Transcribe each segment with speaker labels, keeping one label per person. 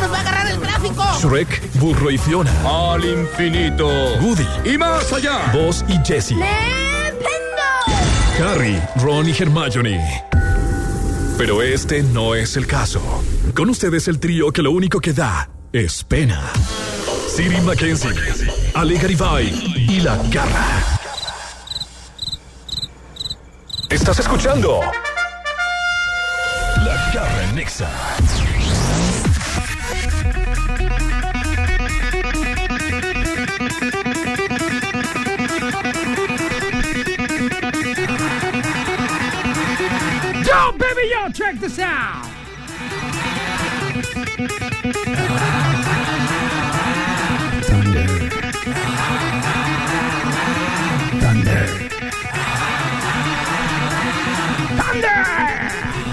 Speaker 1: ¡Nos va a agarrar el tráfico!
Speaker 2: Shrek, Burro y Fiona.
Speaker 3: al infinito
Speaker 2: Woody,
Speaker 3: y más allá.
Speaker 2: Buzz y Jessie. Harry, Ron y Hermione. Pero este no es el caso. Con ustedes el trío que lo único que da es pena. Siri Mackenzie, Ale Garibay y La Garra. Estás escuchando La Garra en Nexa.
Speaker 4: Yo, baby, yo, check this out. Thunder.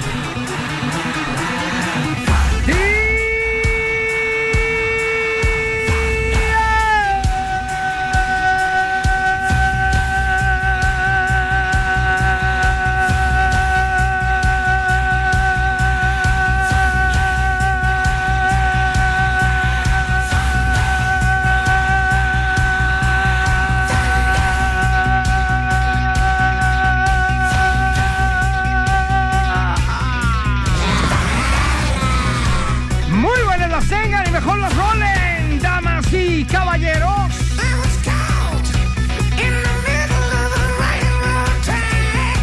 Speaker 4: Muy buenas las tengan y mejor las rolen, damas y caballeros.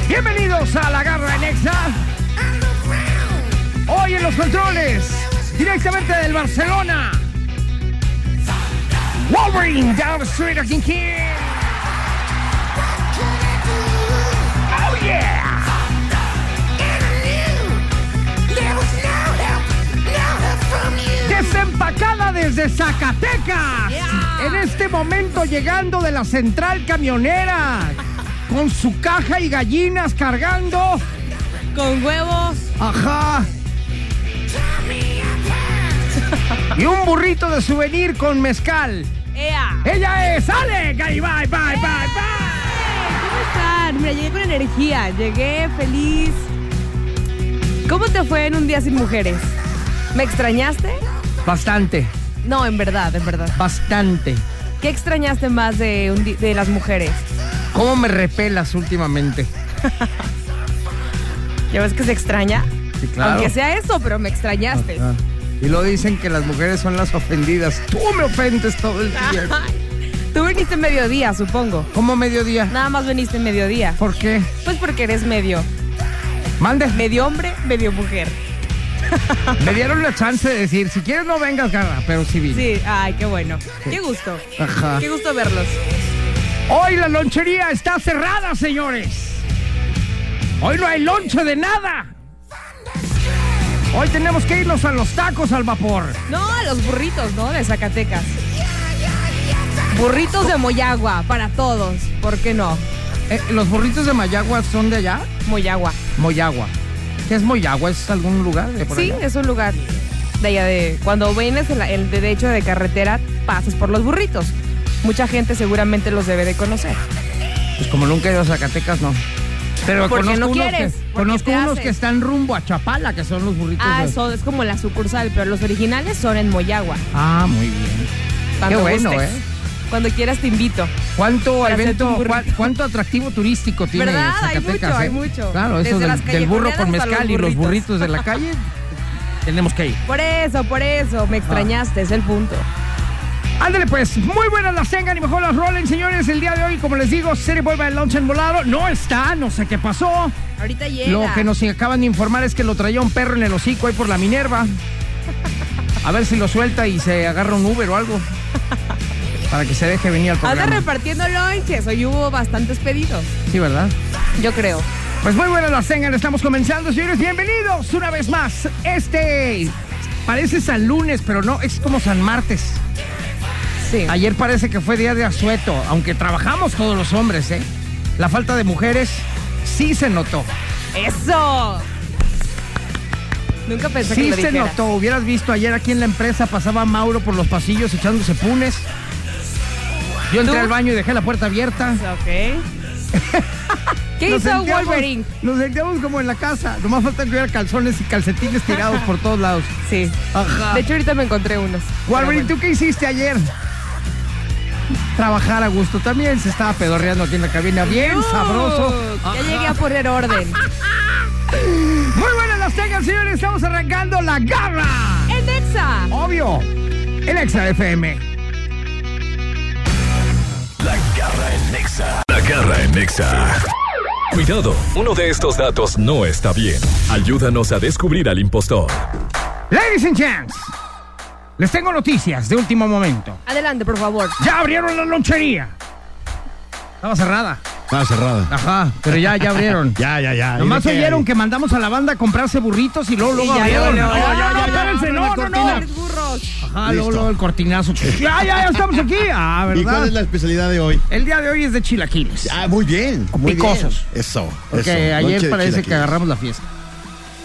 Speaker 4: Bienvenidos a la Garra Nexa. Hoy en los controles, directamente del Barcelona. Wolverine down the street aquí en King. Oh yeah. Desempacada desde Zacatecas. En este momento llegando de la central camionera. Con su caja y gallinas cargando.
Speaker 5: Con huevos.
Speaker 4: Ajá. Y un burrito de souvenir con mezcal.
Speaker 5: ¡Ea!
Speaker 4: Ella es Ale Garibay. Bye, bye, bye.
Speaker 5: ¿Cómo están? Mira, llegué con energía, llegué feliz. ¿Cómo te fue en un día sin mujeres? ¿Me extrañaste?
Speaker 4: Bastante,
Speaker 5: No, en verdad, en verdad.
Speaker 4: bastante.
Speaker 5: ¿Qué extrañaste más de, un di- de las mujeres?
Speaker 4: ¿Cómo me repelas últimamente?
Speaker 5: ¿Ya ves que se extraña?
Speaker 4: Sí, claro.
Speaker 5: Aunque sea eso, pero me extrañaste.
Speaker 4: Ah, Y lo dicen que las mujeres son las ofendidas. Tú me ofendes todo el
Speaker 5: Ah.
Speaker 4: día.
Speaker 5: Tú viniste en mediodía, supongo.
Speaker 4: ¿Cómo mediodía?
Speaker 5: Nada más viniste en mediodía.
Speaker 4: ¿Por qué?
Speaker 5: Pues porque eres medio.
Speaker 4: Mande.
Speaker 5: Medio hombre, medio mujer.
Speaker 4: Me dieron la chance de decir, si quieres no vengas, garra, pero sí vine.
Speaker 5: Sí, ay, qué bueno. Qué gusto.
Speaker 4: Ajá.
Speaker 5: Qué gusto verlos.
Speaker 4: Hoy la lonchería está cerrada, señores. Hoy no hay lonche de nada. Hoy tenemos que irnos a los tacos al vapor.
Speaker 5: No, a los burritos, ¿no? De Zacatecas. Burritos de Moyagua, para todos. ¿Por qué no?
Speaker 4: Eh, ¿Los burritos de Mayagua son de allá?
Speaker 5: Moyagua.
Speaker 4: Moyagua. ¿Qué es Moyagua? ¿Es algún lugar de por
Speaker 5: Sí,
Speaker 4: allá?
Speaker 5: es un lugar de allá de... Cuando vienes el, el derecho de carretera, pasas por los burritos. Mucha gente seguramente los debe de conocer.
Speaker 4: Pues como nunca he ido a Zacatecas, no. Pero
Speaker 5: Porque
Speaker 4: conozco
Speaker 5: no
Speaker 4: unos,
Speaker 5: quieres,
Speaker 4: que,
Speaker 5: porque
Speaker 4: conozco
Speaker 5: te
Speaker 4: unos
Speaker 5: haces.
Speaker 4: que están rumbo a Chapala, que son los burritos.
Speaker 5: Ah,
Speaker 4: de-
Speaker 5: eso es como la sucursal, pero los originales son en Moyagua.
Speaker 4: Ah, muy bien.
Speaker 5: Cuando
Speaker 4: Qué bueno,
Speaker 5: gustes.
Speaker 4: ¿eh?
Speaker 5: Cuando quieras te invito.
Speaker 4: ¿Cuánto
Speaker 5: Para hacerte
Speaker 4: evento,
Speaker 5: un burrito.
Speaker 4: cuán- cuánto atractivo turístico tiene
Speaker 5: ¿Verdad? Hay
Speaker 4: Zacatecas?
Speaker 5: mucho, hay
Speaker 4: eh?
Speaker 5: mucho.
Speaker 4: Claro, eso
Speaker 5: Desde
Speaker 4: del,
Speaker 5: las
Speaker 4: del burro con
Speaker 5: callejoneadas hasta
Speaker 4: mezcal
Speaker 5: los
Speaker 4: y los
Speaker 5: burritos.
Speaker 4: burritos de la calle, tenemos que ir.
Speaker 5: Por eso, por eso. Me extrañaste, es el punto.
Speaker 4: Ándale pues, muy buenas las tengan y mejor las rolen, señores. El día de hoy, como les digo, Serie Vuelva el Lunch en Volado. No está, no sé qué pasó.
Speaker 5: Ahorita llega.
Speaker 4: Lo que nos acaban de informar es que lo traía un perro en el hocico ahí por la Minerva. A ver si lo suelta y se agarra un Uber o algo. Para que se deje venir al
Speaker 5: Anda
Speaker 4: programa.
Speaker 5: repartiendo lonches. Hoy hubo bastantes pedidos.
Speaker 4: Sí, ¿verdad?
Speaker 5: Yo creo.
Speaker 4: Pues muy buenas las tengan, estamos comenzando, señores. Bienvenidos una vez más. Este parece San Lunes, pero no, es como San Martes.
Speaker 5: Sí.
Speaker 4: Ayer parece que fue día de asueto, aunque trabajamos todos los hombres, ¿eh? La falta de mujeres sí se notó.
Speaker 5: ¡Eso! Nunca pensé que
Speaker 4: Sí
Speaker 5: lo
Speaker 4: se
Speaker 5: dijeras.
Speaker 4: notó. Hubieras visto ayer aquí en la empresa pasaba Mauro por los pasillos echándose punes. Yo entré
Speaker 5: ¿Tú?
Speaker 4: al baño y dejé la puerta abierta.
Speaker 5: Ok. ¿Qué
Speaker 4: Nos
Speaker 5: hizo
Speaker 4: sentíamos-
Speaker 5: Wolverine?
Speaker 4: Nos sentíamos como en la casa. Nomás falta que hubiera calzones y calcetines tirados por todos lados.
Speaker 5: Sí.
Speaker 4: Ajá.
Speaker 5: De hecho, ahorita me encontré unos.
Speaker 4: Wolverine,
Speaker 5: Pero
Speaker 4: ¿tú qué hiciste ayer? Trabajar a gusto. También se estaba pedorreando aquí en la cabina. Bien
Speaker 5: bueno.
Speaker 4: sabroso.
Speaker 5: Ya llegué a poner orden.
Speaker 4: Muy buenas las tengan, señores. Estamos arrancando la garra.
Speaker 5: ¡En Exa!
Speaker 4: Obvio. El Exa FM.
Speaker 2: La garra en Nexa. La garra en Nexa. Cuidado, uno de estos datos no está bien. Ayúdanos a descubrir al impostor.
Speaker 4: Ladies and gents, les tengo noticias de último momento.
Speaker 5: Adelante, por favor.
Speaker 4: Ya abrieron la lonchería. Estaba cerrada.
Speaker 6: Estaba cerrada.
Speaker 4: Ajá, pero ya, ya abrieron.
Speaker 6: Ya, ya, ya.
Speaker 4: Nomás oyeron que mandamos a la banda a comprarse burritos y luego, luego
Speaker 5: ya,
Speaker 4: abrieron.
Speaker 5: luego, luego.
Speaker 4: No, no, no,
Speaker 5: Ya, ya,
Speaker 4: espérense, no, no, no.
Speaker 5: Pobres burros.
Speaker 4: Ajá, luego,
Speaker 6: Listo.
Speaker 4: luego el cortinazo. Ya, ya, ya estamos aquí. Ah,
Speaker 6: ¿Y cuál
Speaker 4: ¿verdad?
Speaker 6: es la especialidad de hoy?
Speaker 4: El día de hoy es de chilaquiles.
Speaker 6: Ah, muy bien. Muy
Speaker 4: Picosos.
Speaker 6: Bien. Eso.
Speaker 4: Porque
Speaker 6: eso. Lonche
Speaker 4: ayer
Speaker 6: de
Speaker 4: parece
Speaker 6: chilaquiles.
Speaker 4: que agarramos la fiesta.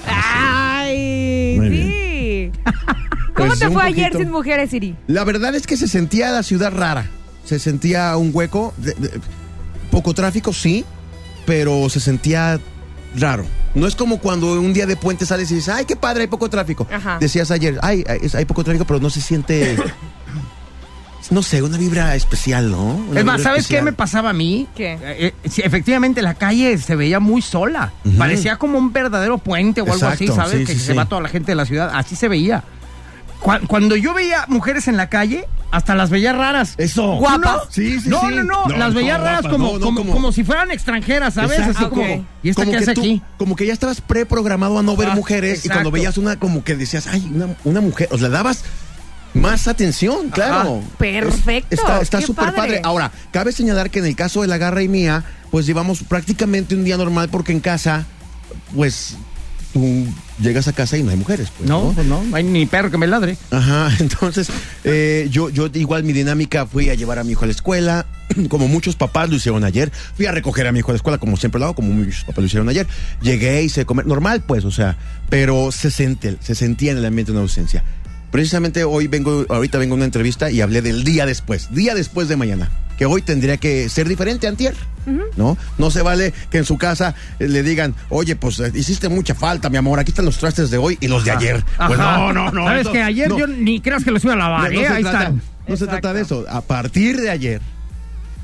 Speaker 5: ¡Ay!
Speaker 6: Muy
Speaker 5: Sí. ¿Cómo
Speaker 6: Pues
Speaker 5: te
Speaker 6: un
Speaker 5: fue ayer
Speaker 6: poquito.
Speaker 5: sin mujeres, Iri?
Speaker 6: La verdad es que se sentía la ciudad rara. Se sentía un hueco. de- de- poco tráfico, sí, pero se sentía raro. No es como cuando un día de puente sales y dices, ay, qué padre, hay poco tráfico.
Speaker 5: Ajá.
Speaker 6: Decías ayer, ay, hay, es- hay poco tráfico, pero no se siente. no sé, una vibra especial, ¿no? Una
Speaker 4: Es más,
Speaker 6: vibra
Speaker 4: ¿sabes qué
Speaker 6: especial.
Speaker 4: me pasaba a mí?
Speaker 5: ¿Qué?
Speaker 4: Eh, eh, sí, efectivamente, la calle se veía muy sola.
Speaker 6: Ujú.
Speaker 4: Parecía como un verdadero puente o algo así,
Speaker 6: Exacto,
Speaker 4: ¿sabes?
Speaker 6: sí,
Speaker 4: que
Speaker 6: sí,
Speaker 4: se
Speaker 6: sí.
Speaker 4: va toda la gente de la ciudad. Así se veía. Cu- Cuando yo veía mujeres en la calle, hasta las veía raras.
Speaker 6: Eso.
Speaker 4: ¿Guapas?
Speaker 6: Sí, sí,
Speaker 4: no,
Speaker 6: sí.
Speaker 4: No, no, las veía
Speaker 6: no,
Speaker 4: raras
Speaker 6: guapas,
Speaker 4: como,
Speaker 6: no, no,
Speaker 4: como, como si fueran extranjeras, ¿sabes?
Speaker 6: Exacto.
Speaker 4: Así
Speaker 5: Ok.
Speaker 4: como, ¿y esta
Speaker 6: como
Speaker 4: qué hace
Speaker 6: tú-
Speaker 4: aquí?
Speaker 6: Como que ya estabas preprogramado a no ver
Speaker 4: Ah,
Speaker 6: mujeres y
Speaker 4: exacto.
Speaker 6: cuando veías una como que decías, ay, una, una mujer, os le dabas más atención, claro. Es-
Speaker 5: perfecto,
Speaker 6: está está
Speaker 5: qué
Speaker 6: súper
Speaker 5: padre.
Speaker 6: padre. Ahora, cabe señalar que en el caso de la garra y mía, pues llevamos prácticamente un día normal porque en casa, pues tú llegas a casa y no hay mujeres. Pues,
Speaker 4: No, pues no, no hay ni perro que me ladre.
Speaker 6: Ajá, entonces eh, yo, yo igual mi dinámica fui a llevar a mi hijo a la escuela, como muchos papás lo hicieron ayer, fui a recoger a mi hijo a la escuela, como siempre lo hago, como muchos papás lo hicieron ayer, llegué, hice comer, normal pues, o sea, pero se, siente, se sentía en el ambiente una ausencia. Precisamente hoy vengo, ahorita vengo a una entrevista y hablé del día después, día después de mañana, que hoy tendría que ser diferente a antier, ¿no? No se vale que en su casa eh, le digan, oye, pues eh, hiciste mucha falta, mi amor, aquí están los trastes de hoy y los de ayer. Pues
Speaker 4: Ajá.
Speaker 6: no, no, no.
Speaker 4: Sabes
Speaker 6: eso-
Speaker 4: que ayer
Speaker 6: no.
Speaker 4: yo ni creas que los iba a
Speaker 6: No,
Speaker 4: lavar,
Speaker 6: no
Speaker 4: ¿eh?
Speaker 6: se
Speaker 4: Ahí
Speaker 6: trata-
Speaker 4: están.
Speaker 6: No se
Speaker 5: Exacto.
Speaker 6: trata de eso. A partir de ayer,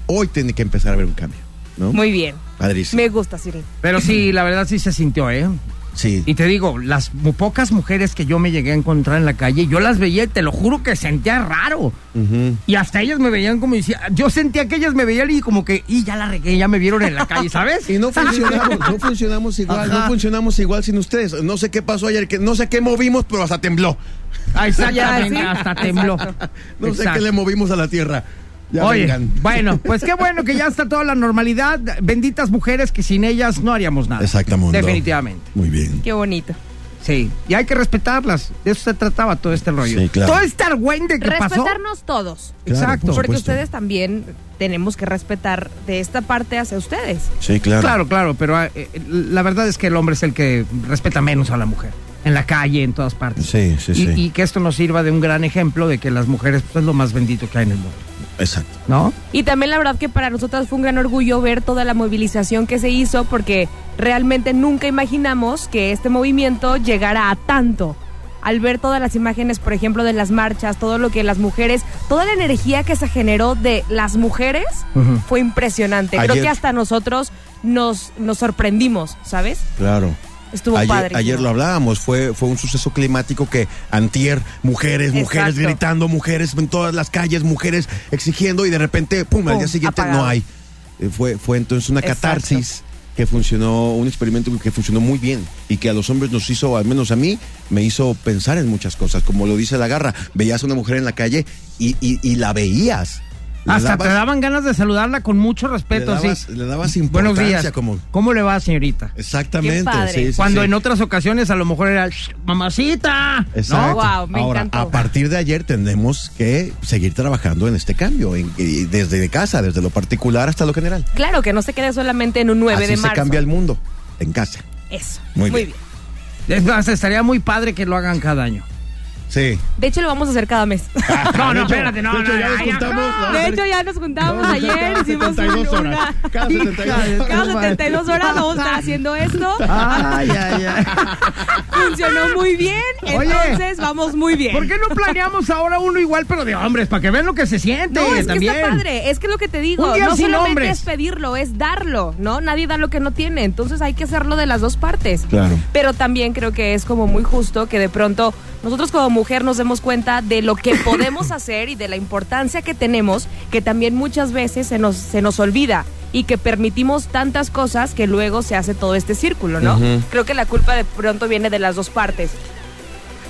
Speaker 6: hoy tiene que empezar a haber un cambio. ¿No?
Speaker 5: Muy bien.
Speaker 6: Padrísimo.
Speaker 5: Me gusta, Siri.
Speaker 4: Pero sí, la verdad sí se sintió, ¿eh?
Speaker 6: Sí.
Speaker 4: Y te digo, las mu- pocas mujeres que yo me llegué a encontrar en la calle, yo las veía y te lo juro que sentía raro.
Speaker 6: Ujú.
Speaker 4: Y hasta ellas me veían como decía, yo sentía que ellas me veían y como que, y ya la regué, ya me vieron en la calle, ¿sabes?
Speaker 6: Y no funcionamos, no funcionamos igual,
Speaker 4: Ajá.
Speaker 6: no funcionamos igual sin ustedes. No sé qué pasó ayer, que no sé qué movimos, pero hasta tembló.
Speaker 4: Ah, Exactamente,
Speaker 5: Ya, sí.
Speaker 4: hasta tembló.
Speaker 6: No sé
Speaker 4: Exacto.
Speaker 6: qué le movimos a la tierra. Ya
Speaker 4: Oye,
Speaker 6: vengan.
Speaker 4: bueno, pues qué bueno que ya está toda la normalidad. Benditas mujeres que sin ellas no haríamos nada.
Speaker 6: Exactamente.
Speaker 4: Definitivamente.
Speaker 6: Muy bien.
Speaker 5: Qué bonito.
Speaker 4: Sí. Y hay que respetarlas. De eso se trataba todo este rollo.
Speaker 6: Sí, claro.
Speaker 4: Todo este argüende que pasó.
Speaker 5: Respetarnos todos.
Speaker 6: Claro,
Speaker 4: Exacto.
Speaker 6: por
Speaker 5: Porque
Speaker 6: supuesto.
Speaker 5: ustedes también tenemos que respetar de esta parte hacia ustedes.
Speaker 6: Sí, claro.
Speaker 4: Claro, claro, pero eh, la verdad es que el hombre es el que respeta menos a la mujer. En la calle, en todas partes.
Speaker 6: Sí, sí,
Speaker 4: y,
Speaker 6: sí.
Speaker 4: Y que esto nos sirva de un gran ejemplo de que las mujeres pues, es lo más bendito que hay en el mundo.
Speaker 6: Exacto.
Speaker 4: ¿No?
Speaker 5: Y también la verdad que para nosotras fue un gran orgullo ver toda la movilización que se hizo porque realmente nunca imaginamos que este movimiento llegara a tanto. Al ver todas las imágenes, por ejemplo, de las marchas, todo lo que las mujeres, toda la energía que se generó de las mujeres
Speaker 4: Ujú.
Speaker 5: fue impresionante. Creo
Speaker 6: Ayer-
Speaker 5: que hasta nosotros nos, nos sorprendimos, ¿sabes?
Speaker 6: Claro.
Speaker 5: Estuvo
Speaker 6: ayer,
Speaker 5: padre.
Speaker 6: ayer lo hablábamos, fue, fue un suceso climático que antier, mujeres, mujeres
Speaker 5: Exacto.
Speaker 6: gritando, mujeres en todas las calles, mujeres exigiendo y de repente, pum, al
Speaker 5: Pum,
Speaker 6: día siguiente
Speaker 5: apagado.
Speaker 6: no hay. Eh, Fue, fue entonces una
Speaker 5: Exacto.
Speaker 6: catarsis que funcionó, un experimento que funcionó muy bien y que a los hombres nos hizo, al menos a mí, me hizo pensar en muchas cosas. Como lo dice la garra, veías a una mujer en la calle y, y- y la veías. Le
Speaker 4: Hasta
Speaker 6: dabas-
Speaker 4: te daban ganas de saludarla con mucho
Speaker 6: le
Speaker 4: respeto, así.
Speaker 6: dabas, le dabas importancia
Speaker 4: Buenos días.
Speaker 6: como
Speaker 4: ¿Cómo le va, señorita?
Speaker 6: exactamente.
Speaker 5: Qué padre.
Speaker 6: sí, sí,
Speaker 4: Cuando
Speaker 6: sí.
Speaker 4: en otras ocasiones a lo mejor era "Shh, mamacita.
Speaker 6: Exacto.
Speaker 5: Guau, me
Speaker 6: Ahora,
Speaker 5: encantó.
Speaker 6: a partir de ayer tendremos que seguir trabajando en este cambio, en- y desde casa, desde lo particular hasta lo general.
Speaker 5: Claro, que no se quede solamente en un 9
Speaker 6: Así
Speaker 5: de marzo.
Speaker 6: se cambia el mundo, en casa.
Speaker 5: Eso.
Speaker 6: Muy
Speaker 5: Muy,
Speaker 6: bien.
Speaker 5: bien.
Speaker 4: Es más, estaría muy padre que lo hagan cada año.
Speaker 6: Sí.
Speaker 5: De hecho, lo vamos a hacer cada mes.
Speaker 4: No, no,
Speaker 6: De hecho,
Speaker 4: espérate, no,
Speaker 6: de hecho,
Speaker 4: no,
Speaker 6: ya nos
Speaker 4: ay, ay,
Speaker 6: juntamos,
Speaker 4: no.
Speaker 6: Ah, vamos a
Speaker 5: De
Speaker 6: hacer-
Speaker 5: hecho, ya nos juntamos
Speaker 6: vamos a hacer
Speaker 5: ayer,
Speaker 6: cada
Speaker 5: hicimos
Speaker 6: 72
Speaker 5: un-
Speaker 6: horas.
Speaker 5: una-
Speaker 6: Cada
Speaker 4: Hija
Speaker 6: 72
Speaker 4: de-
Speaker 5: Cada 72 horas vamos a estar haciendo esto.
Speaker 4: Ay, ay, ay.
Speaker 5: Funcionó muy bien,
Speaker 4: Oye.
Speaker 5: entonces vamos muy bien.
Speaker 4: ¿Por qué no planeamos ahora uno igual, pero de hombres? Para que vean lo que se siente
Speaker 5: No, es
Speaker 4: también.
Speaker 5: que está padre, es que es lo que te digo,
Speaker 4: Un día
Speaker 5: no
Speaker 4: sin
Speaker 5: solamente
Speaker 4: hombres.
Speaker 5: es pedirlo, es darlo, ¿no? Nadie da lo que no tiene, entonces hay que hacerlo de las dos partes.
Speaker 6: Claro.
Speaker 5: Pero también creo que es como muy justo que de pronto nosotros como mujer nos demos cuenta de lo que podemos hacer y de la importancia que tenemos, que también muchas veces se nos, se nos olvida y que permitimos tantas cosas que luego se hace todo este círculo, ¿no?
Speaker 6: Ujú.
Speaker 5: Creo que la culpa de pronto viene de las dos partes.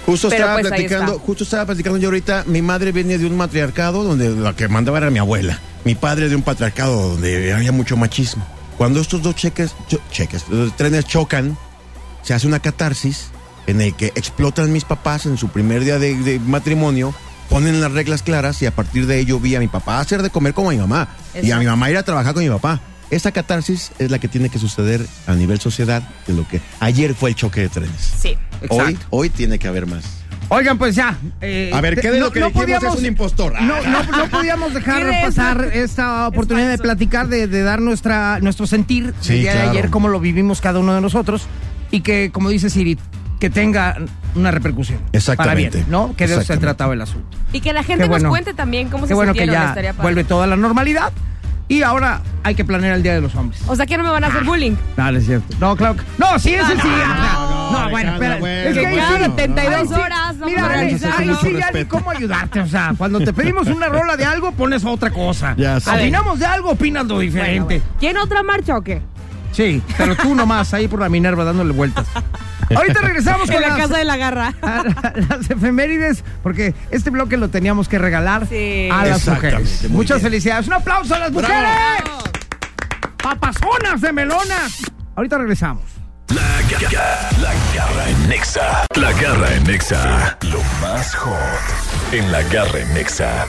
Speaker 6: Justo
Speaker 5: Pero
Speaker 6: estaba
Speaker 5: pues ahí
Speaker 6: platicando,
Speaker 5: está.
Speaker 6: justo estaba platicando yo ahorita, mi madre venía de un matriarcado donde la que mandaba era mi abuela, mi padre de un patriarcado donde había mucho machismo. Cuando estos dos cheques, cho- cheques, los trenes chocan, se hace una catarsis en el que explotan mis papás en su primer día de, de matrimonio, ponen las reglas claras y a partir de ello vi a mi papá hacer de comer como a mi mamá y a mi
Speaker 5: Exacto.
Speaker 6: mamá ir a trabajar con mi papá. Esa catarsis es la que tiene que suceder a nivel sociedad de lo que ayer fue el choque de trenes.
Speaker 5: Sí.
Speaker 6: Hoy, hoy tiene que haber más.
Speaker 4: Oigan, pues ya. eh,
Speaker 6: A ver, ¿qué de lo que dijimos es un impostor? Ah.
Speaker 4: No, no, no podíamos dejar
Speaker 5: Mira eso.
Speaker 4: pasar esta oportunidad de
Speaker 5: falso.
Speaker 4: platicar, de, de dar nuestra, nuestro sentir
Speaker 6: Sí,
Speaker 4: del día
Speaker 6: claro.
Speaker 4: de ayer, cómo lo vivimos cada uno de nosotros y que, como dice Siri, que tenga una repercusión.
Speaker 6: Exactamente.
Speaker 4: Para bien, ¿no? Que de eso se
Speaker 6: Exactamente.
Speaker 4: trataba el asunto.
Speaker 5: Y que la gente
Speaker 4: Qué bueno.
Speaker 5: nos cuente también cómo
Speaker 4: Qué
Speaker 5: se
Speaker 4: bueno que
Speaker 5: sintieron,
Speaker 4: ya
Speaker 5: estaría padre.
Speaker 4: vuelve toda la normalidad y ahora hay que planear el Día de los Hombres.
Speaker 5: O sea que no me van a hacer bullying.
Speaker 4: No, no es cierto. No, claro que... No, sí, es el siguiente. No,
Speaker 6: no, no,
Speaker 4: bueno,
Speaker 6: Alejandra,
Speaker 4: espera.
Speaker 6: bueno,
Speaker 4: es que ahí
Speaker 6: bueno,
Speaker 4: sí-
Speaker 6: no, no.
Speaker 5: 72
Speaker 4: ahí sí-
Speaker 5: horas, no
Speaker 4: Mira,
Speaker 5: vamos a
Speaker 4: Ale,
Speaker 6: realizar,
Speaker 4: ahí
Speaker 6: ¿no?
Speaker 4: sí ya ni
Speaker 6: Respeto.
Speaker 4: cómo ayudarte. O sea, cuando te pedimos una rola de algo, pones otra cosa.
Speaker 6: Ya sé.
Speaker 4: Opinamos de algo, opinas lo
Speaker 5: Bueno,
Speaker 4: diferente.
Speaker 5: bueno. ¿Quién otra marcha o qué?
Speaker 4: Sí, pero tú nomás ahí por la Minerva dándole vueltas. Ahorita regresamos con
Speaker 5: En la
Speaker 4: las-
Speaker 5: casa de la garra.
Speaker 4: a la- las efemérides, porque este bloque lo teníamos que regalar
Speaker 5: Sí.
Speaker 4: a las
Speaker 6: Exactamente,
Speaker 4: mujeres.
Speaker 6: muy
Speaker 4: Muchas
Speaker 6: bien.
Speaker 4: felicidades. Un aplauso a las mujeres. Papazonas de melonas. Ahorita regresamos.
Speaker 2: La garra en Nexa. La garra en Nexa. Lo más hot en la garra en Nexa.